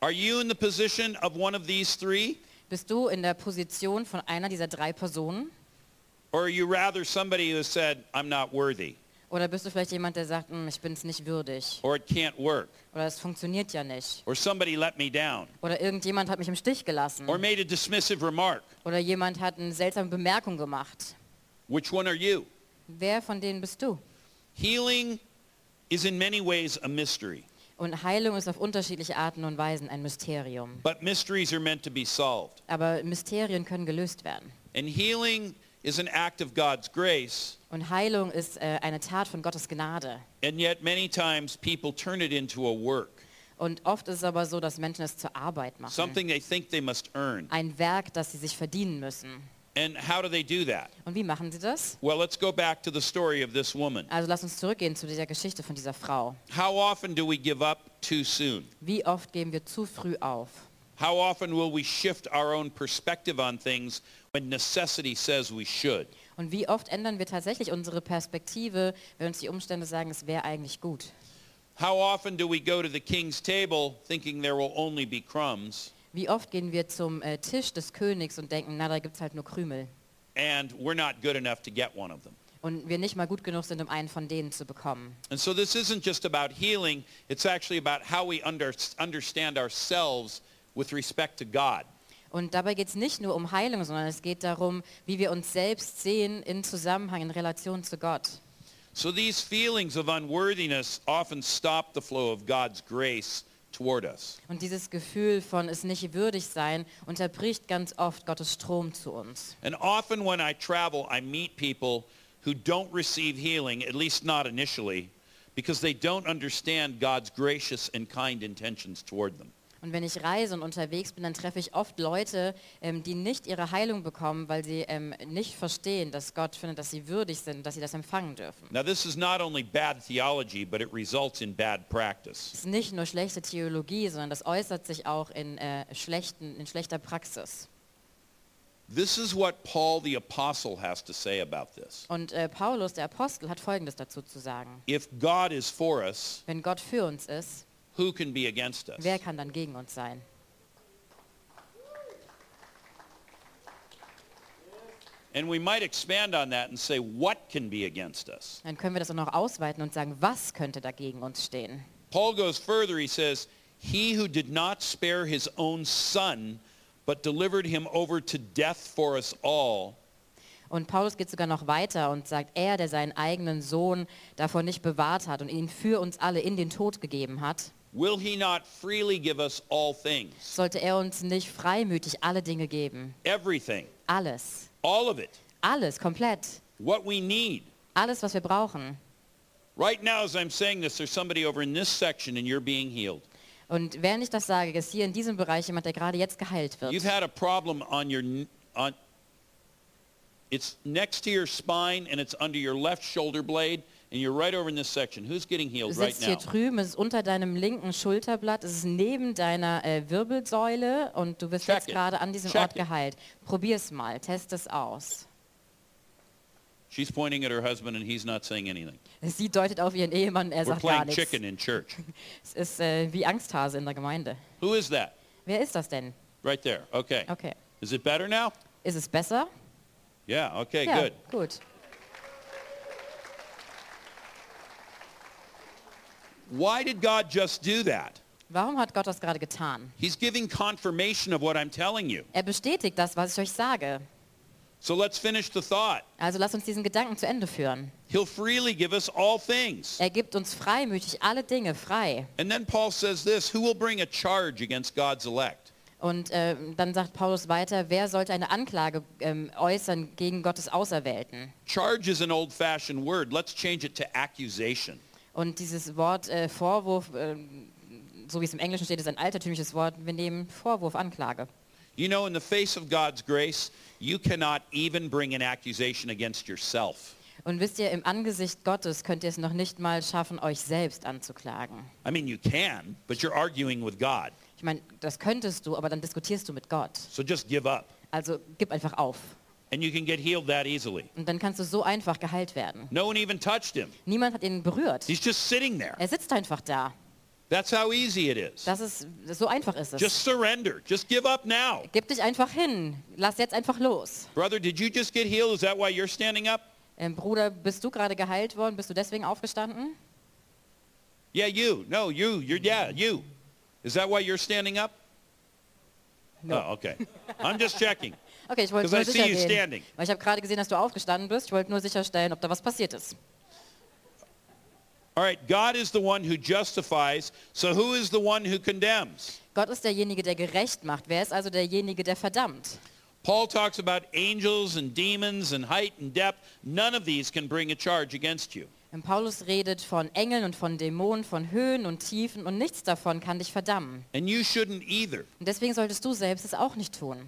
Are you in the position of one of these three?
Bist du in der Position von einer dieser drei Personen?
Or are you rather somebody who has said, I'm not worthy,
Oder bist du vielleicht jemand, der sagt, "Hm, ich bin es nicht würdig?
or it can't work,
Oder es funktioniert ja nicht?
or somebody let me down,
Oder irgendjemand hat mich im Stich gelassen?
or made a dismissive remark?
Oder jemand hat eine seltsame Bemerkung gemacht?
Which one are you?
Wer von denen bist du?
Healing is in many ways a mystery,
Und Heilung ist auf unterschiedliche Arten und Weisen ein Mysterium.
but mysteries are meant to be solved.
Aber Mysterien können gelöst werden.
And healing is an act of God's grace,
Und Heilung ist äh, eine Tat von Gottes Gnade.
and yet many times people turn it into a work,
Und oft ist es aber so, dass Menschen es zur Arbeit machen.
something they think they must earn.
Ein Werk, das sie sich verdienen müssen.
And how do they do that?
Und wie machen sie das?
Well, let's go back to the story of this woman.
Also lass uns zurückgehen zu dieser Geschichte von dieser Frau.
How often do we give up too soon?
Wie oft geben wir zu früh auf?
How often will we shift our own perspective on things when necessity says we should?
Und wie oft ändern wir tatsächlich unsere Perspektive, wenn uns die Umstände sagen, es wäre eigentlich gut?
How often do we go to the king's table thinking there will only be crumbs
Wie oft gehen wir zum äh, Tisch des Königs und denken, na, da gibt es halt nur Krümel.
and we're not good enough to get one of them?
Und wir nicht mal gut genug sind, um einen von denen zu bekommen.
And so this isn't just about healing, it's actually about how we under, understand ourselves with respect to God.
Und dabei geht es nicht nur um Heilung, sondern es geht darum, wie wir uns selbst sehen in Zusammenhang, in Relation zu Gott.
So these feelings of unworthiness often stop the flow of God's grace toward us.
Und dieses Gefühl von es nicht würdig sein unterbricht ganz oft Gottes Strom zu uns.
And often when I travel, I meet people who don't receive healing, at least not initially, because they don't understand God's gracious and kind intentions toward them.
Und wenn ich reise und unterwegs bin, dann treffe ich oft Leute, ähm, die nicht ihre Heilung bekommen, weil sie ähm, nicht verstehen, dass Gott findet, dass sie würdig sind, dass sie das empfangen dürfen.
Now this is not only bad theology, but it results in bad practice.
Es ist nicht nur schlechte Theologie, sondern das äußert sich auch in, äh, schlechten, in schlechter Praxis.
This is what Paul the Apostle has to say about this.
Und äh, Paulus, der Apostel, hat Folgendes dazu zu sagen.
If God is for us,
Wenn Gott für uns ist,
who can be against us?
wer kann dann gegen uns sein?
And we might expand on that and say, what can be against us?
Dann können wir das auch noch ausweiten und sagen, was könnte da gegen uns stehen?
Paul goes further. He says, he who did not spare his own son, but delivered him over to death for us all,
Und Paulus geht sogar noch weiter und sagt, er, der seinen eigenen Sohn davon nicht bewahrt hat und ihn für uns alle in den Tod gegeben hat,
will he not freely give us all things?
sollte er uns nicht freimütig alle Dinge geben.
Everything.
Alles.
All of it.
Alles, komplett.
What we need.
Alles, was wir brauchen.
Right now, as I'm saying this, there's somebody over in this section and you're being healed.
Und während ich das sage, ist hier in diesem Bereich jemand, der gerade jetzt geheilt
You've
wird.
had a problem on your, n- on, it's next to your spine and it's under your left shoulder blade and you're right over in this section. Who's getting
Du
healed right
sitzt
now?
hier drüben, es ist unter deinem linken Schulterblatt, es ist neben deiner äh, Wirbelsäule und du wirst
Check
jetzt
it.
gerade an diesem
Check
Ort
it.
geheilt. Probier's mal, test es aus.
She's pointing at her husband and he's not saying anything.
Sie deutet auf ihren Ehemann, er
We're
sagt gar
playing
nichts.
chicken in church.
Es ist äh, wie Angsthase in der Gemeinde.
Who is that?
Wer ist das denn?
Right there. Okay.
Okay.
Is it better now?
Ist es besser?
Yeah. Okay.
ja,
Good.
gut.
Why did God just do that?
Warum hat Gott das gerade getan?
He's giving confirmation of what I'm telling you.
Er bestätigt das, was ich euch sage.
So let's finish the thought.
Also lasst uns diesen Gedanken zu Ende führen.
He'll freely give us all things.
Er gibt uns freimütig alle Dinge frei.
And then Paul says this, who will bring a charge against God's elect?
Und äh, dann sagt Paulus weiter, wer sollte eine Anklage ähm, äußern gegen Gottes Auserwählten?
Charge is an old-fashioned word. Let's change it to accusation.
Und dieses Wort äh, Vorwurf, ähm, so wie es im Englischen steht, ist ein altertümliches Wort. Wir nehmen Vorwurf, Anklage.
You know, in the face of God's grace, you cannot even bring an accusation against yourself.
Und wisst ihr, im Angesicht Gottes könnt ihr es noch nicht mal schaffen, euch selbst anzuklagen.
I mean, you can, but you're arguing with God.
Ich meine, das könntest du, aber dann diskutierst du mit Gott.
So just give up.
Also gib einfach auf.
And you can get healed that easily.
Und dann kannst du so einfach geheilt werden.
No one even touched him.
Niemand hat ihn berührt.
He's just sitting there.
Er sitzt einfach da.
That's how easy it is.
Das ist, so einfach ist
Just
es.
surrender. Just give up now.
Gib dich einfach hin. Lass jetzt einfach los.
Brother, did you just get healed? Is that why you're standing up?
Ähm, Bruder, bist du gerade geheilt worden? Bist du deswegen aufgestanden?
Yeah, you. No, you. You're yeah, you. Is that why you're standing up? No. Oh, okay. I'm just checking.
Okay, ich wollte
'Cause I
nur
see
sicher
you
gehen.
standing.
Weil ich habe gerade gesehen, dass du aufgestanden bist. Ich wollte nur sicherstellen, ob da was passiert ist.
All right, God is the one who justifies. So who is the one who condemns?
Gott ist derjenige, der gerecht macht. Wer ist also derjenige, der verdammt?
Paul talks about angels and demons and height and depth. None of these can bring a charge against you.
Denn Paulus redet von Engeln und von Dämonen, von Höhen und Tiefen und nichts davon kann dich verdammen.
And you shouldn't either.
Und deswegen solltest du selbst es auch nicht tun.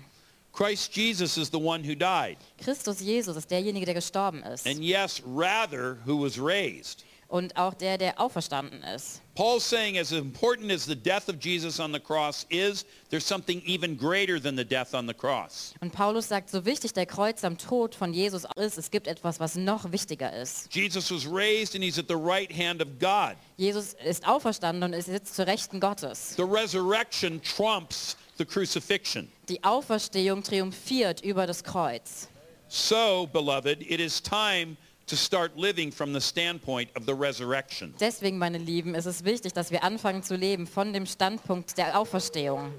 Christ Jesus is the one who died.
Christus Jesus ist derjenige, der gestorben ist
And yes, rather, who was raised.
und auch der, der auferstanden ist.
Paul's saying as important as the death of Jesus on the cross is, there's something even greater than the death on the cross.
Und Paulus sagt, so wichtig der Kreuz am Tod von Jesus ist, es gibt etwas, was noch wichtiger ist.
Jesus was raised and he's at the right hand of God.
Jesus ist auferstanden und ist jetzt zur Rechten Gottes.
The resurrection trumps the crucifixion.
Die Auferstehung triumphiert über das Kreuz.
So, beloved, it is time to start living from the standpoint of the resurrection.
Deswegen, meine Lieben, ist es wichtig, dass wir anfangen zu leben von dem Standpunkt der Auferstehung.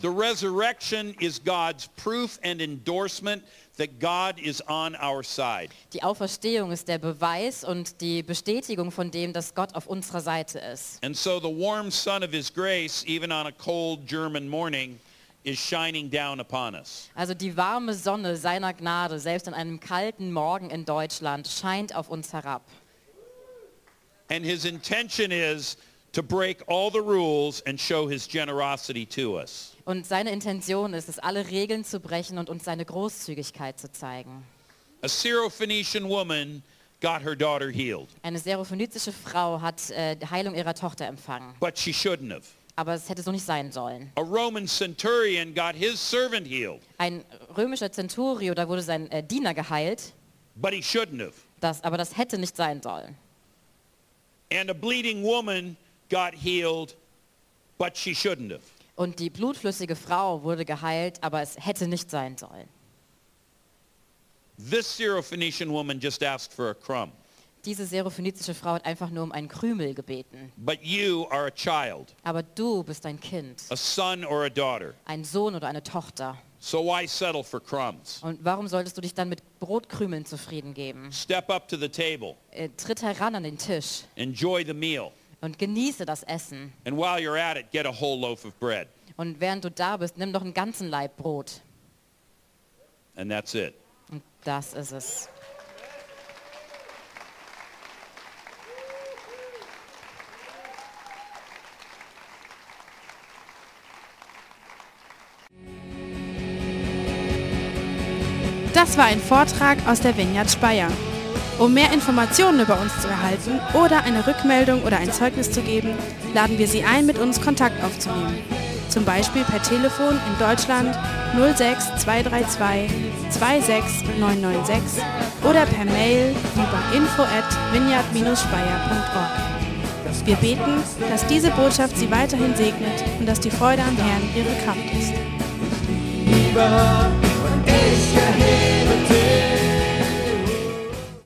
The resurrection is God's proof and endorsement that God is on our side.
Die Auferstehung ist der Beweis und die Bestätigung von dem, dass Gott auf unserer Seite ist.
And so the warm sun of his grace, even on a cold German morning, is shining down upon us.
Also die warme Sonne seiner Gnade, selbst an einem kalten Morgen in Deutschland, scheint auf uns herab.
And his intention is to break all the rules and show his generosity to us.
Und seine Intention ist es, alle Regeln zu brechen und uns seine Großzügigkeit zu zeigen.
A Syrophoenician woman got her daughter healed,
Eine serophönizische Frau hat äh, die Heilung ihrer Tochter empfangen,
but she shouldn't have.
aber es hätte so nicht sein sollen.
A Roman centurion got his servant healed,
Ein römischer Zenturio, da wurde sein äh, Diener geheilt,
but he shouldn't have.
das, aber das hätte nicht sein sollen.
And a bleeding woman got healed, but she shouldn't have.
Und die blutflüssige Frau wurde geheilt, aber es hätte nicht sein sollen.
This Syrophoenician woman just asked for a crumb.
Diese serophönizische Frau hat einfach nur um einen Krümel gebeten.
But you are a child,
Aber du bist ein Kind,
a son or a daughter.
ein Sohn oder eine Tochter.
So why settle for crumbs?
Und warum solltest du dich dann mit Brotkrümeln zufrieden geben?
Step up to the table.
Äh, tritt heran an den Tisch
Enjoy the meal.
und genieße das Essen.
And while you're at it, get a whole loaf of bread.
Und während du da bist, nimm doch einen ganzen Laib Brot.
And that's it.
Und das ist es.
Das war ein Vortrag aus der Vineyard Speyer. Um mehr Informationen über uns zu erhalten oder eine Rückmeldung oder ein Zeugnis zu geben, laden wir Sie ein, mit uns Kontakt aufzunehmen. Zum Beispiel per Telefon in Deutschland 06 232 26996 oder per Mail über info at vineyard-speyer.org. Wir beten, dass diese Botschaft Sie weiterhin segnet und dass die Freude am Herrn Ihre Kraft ist.
Liebe und ich erhebe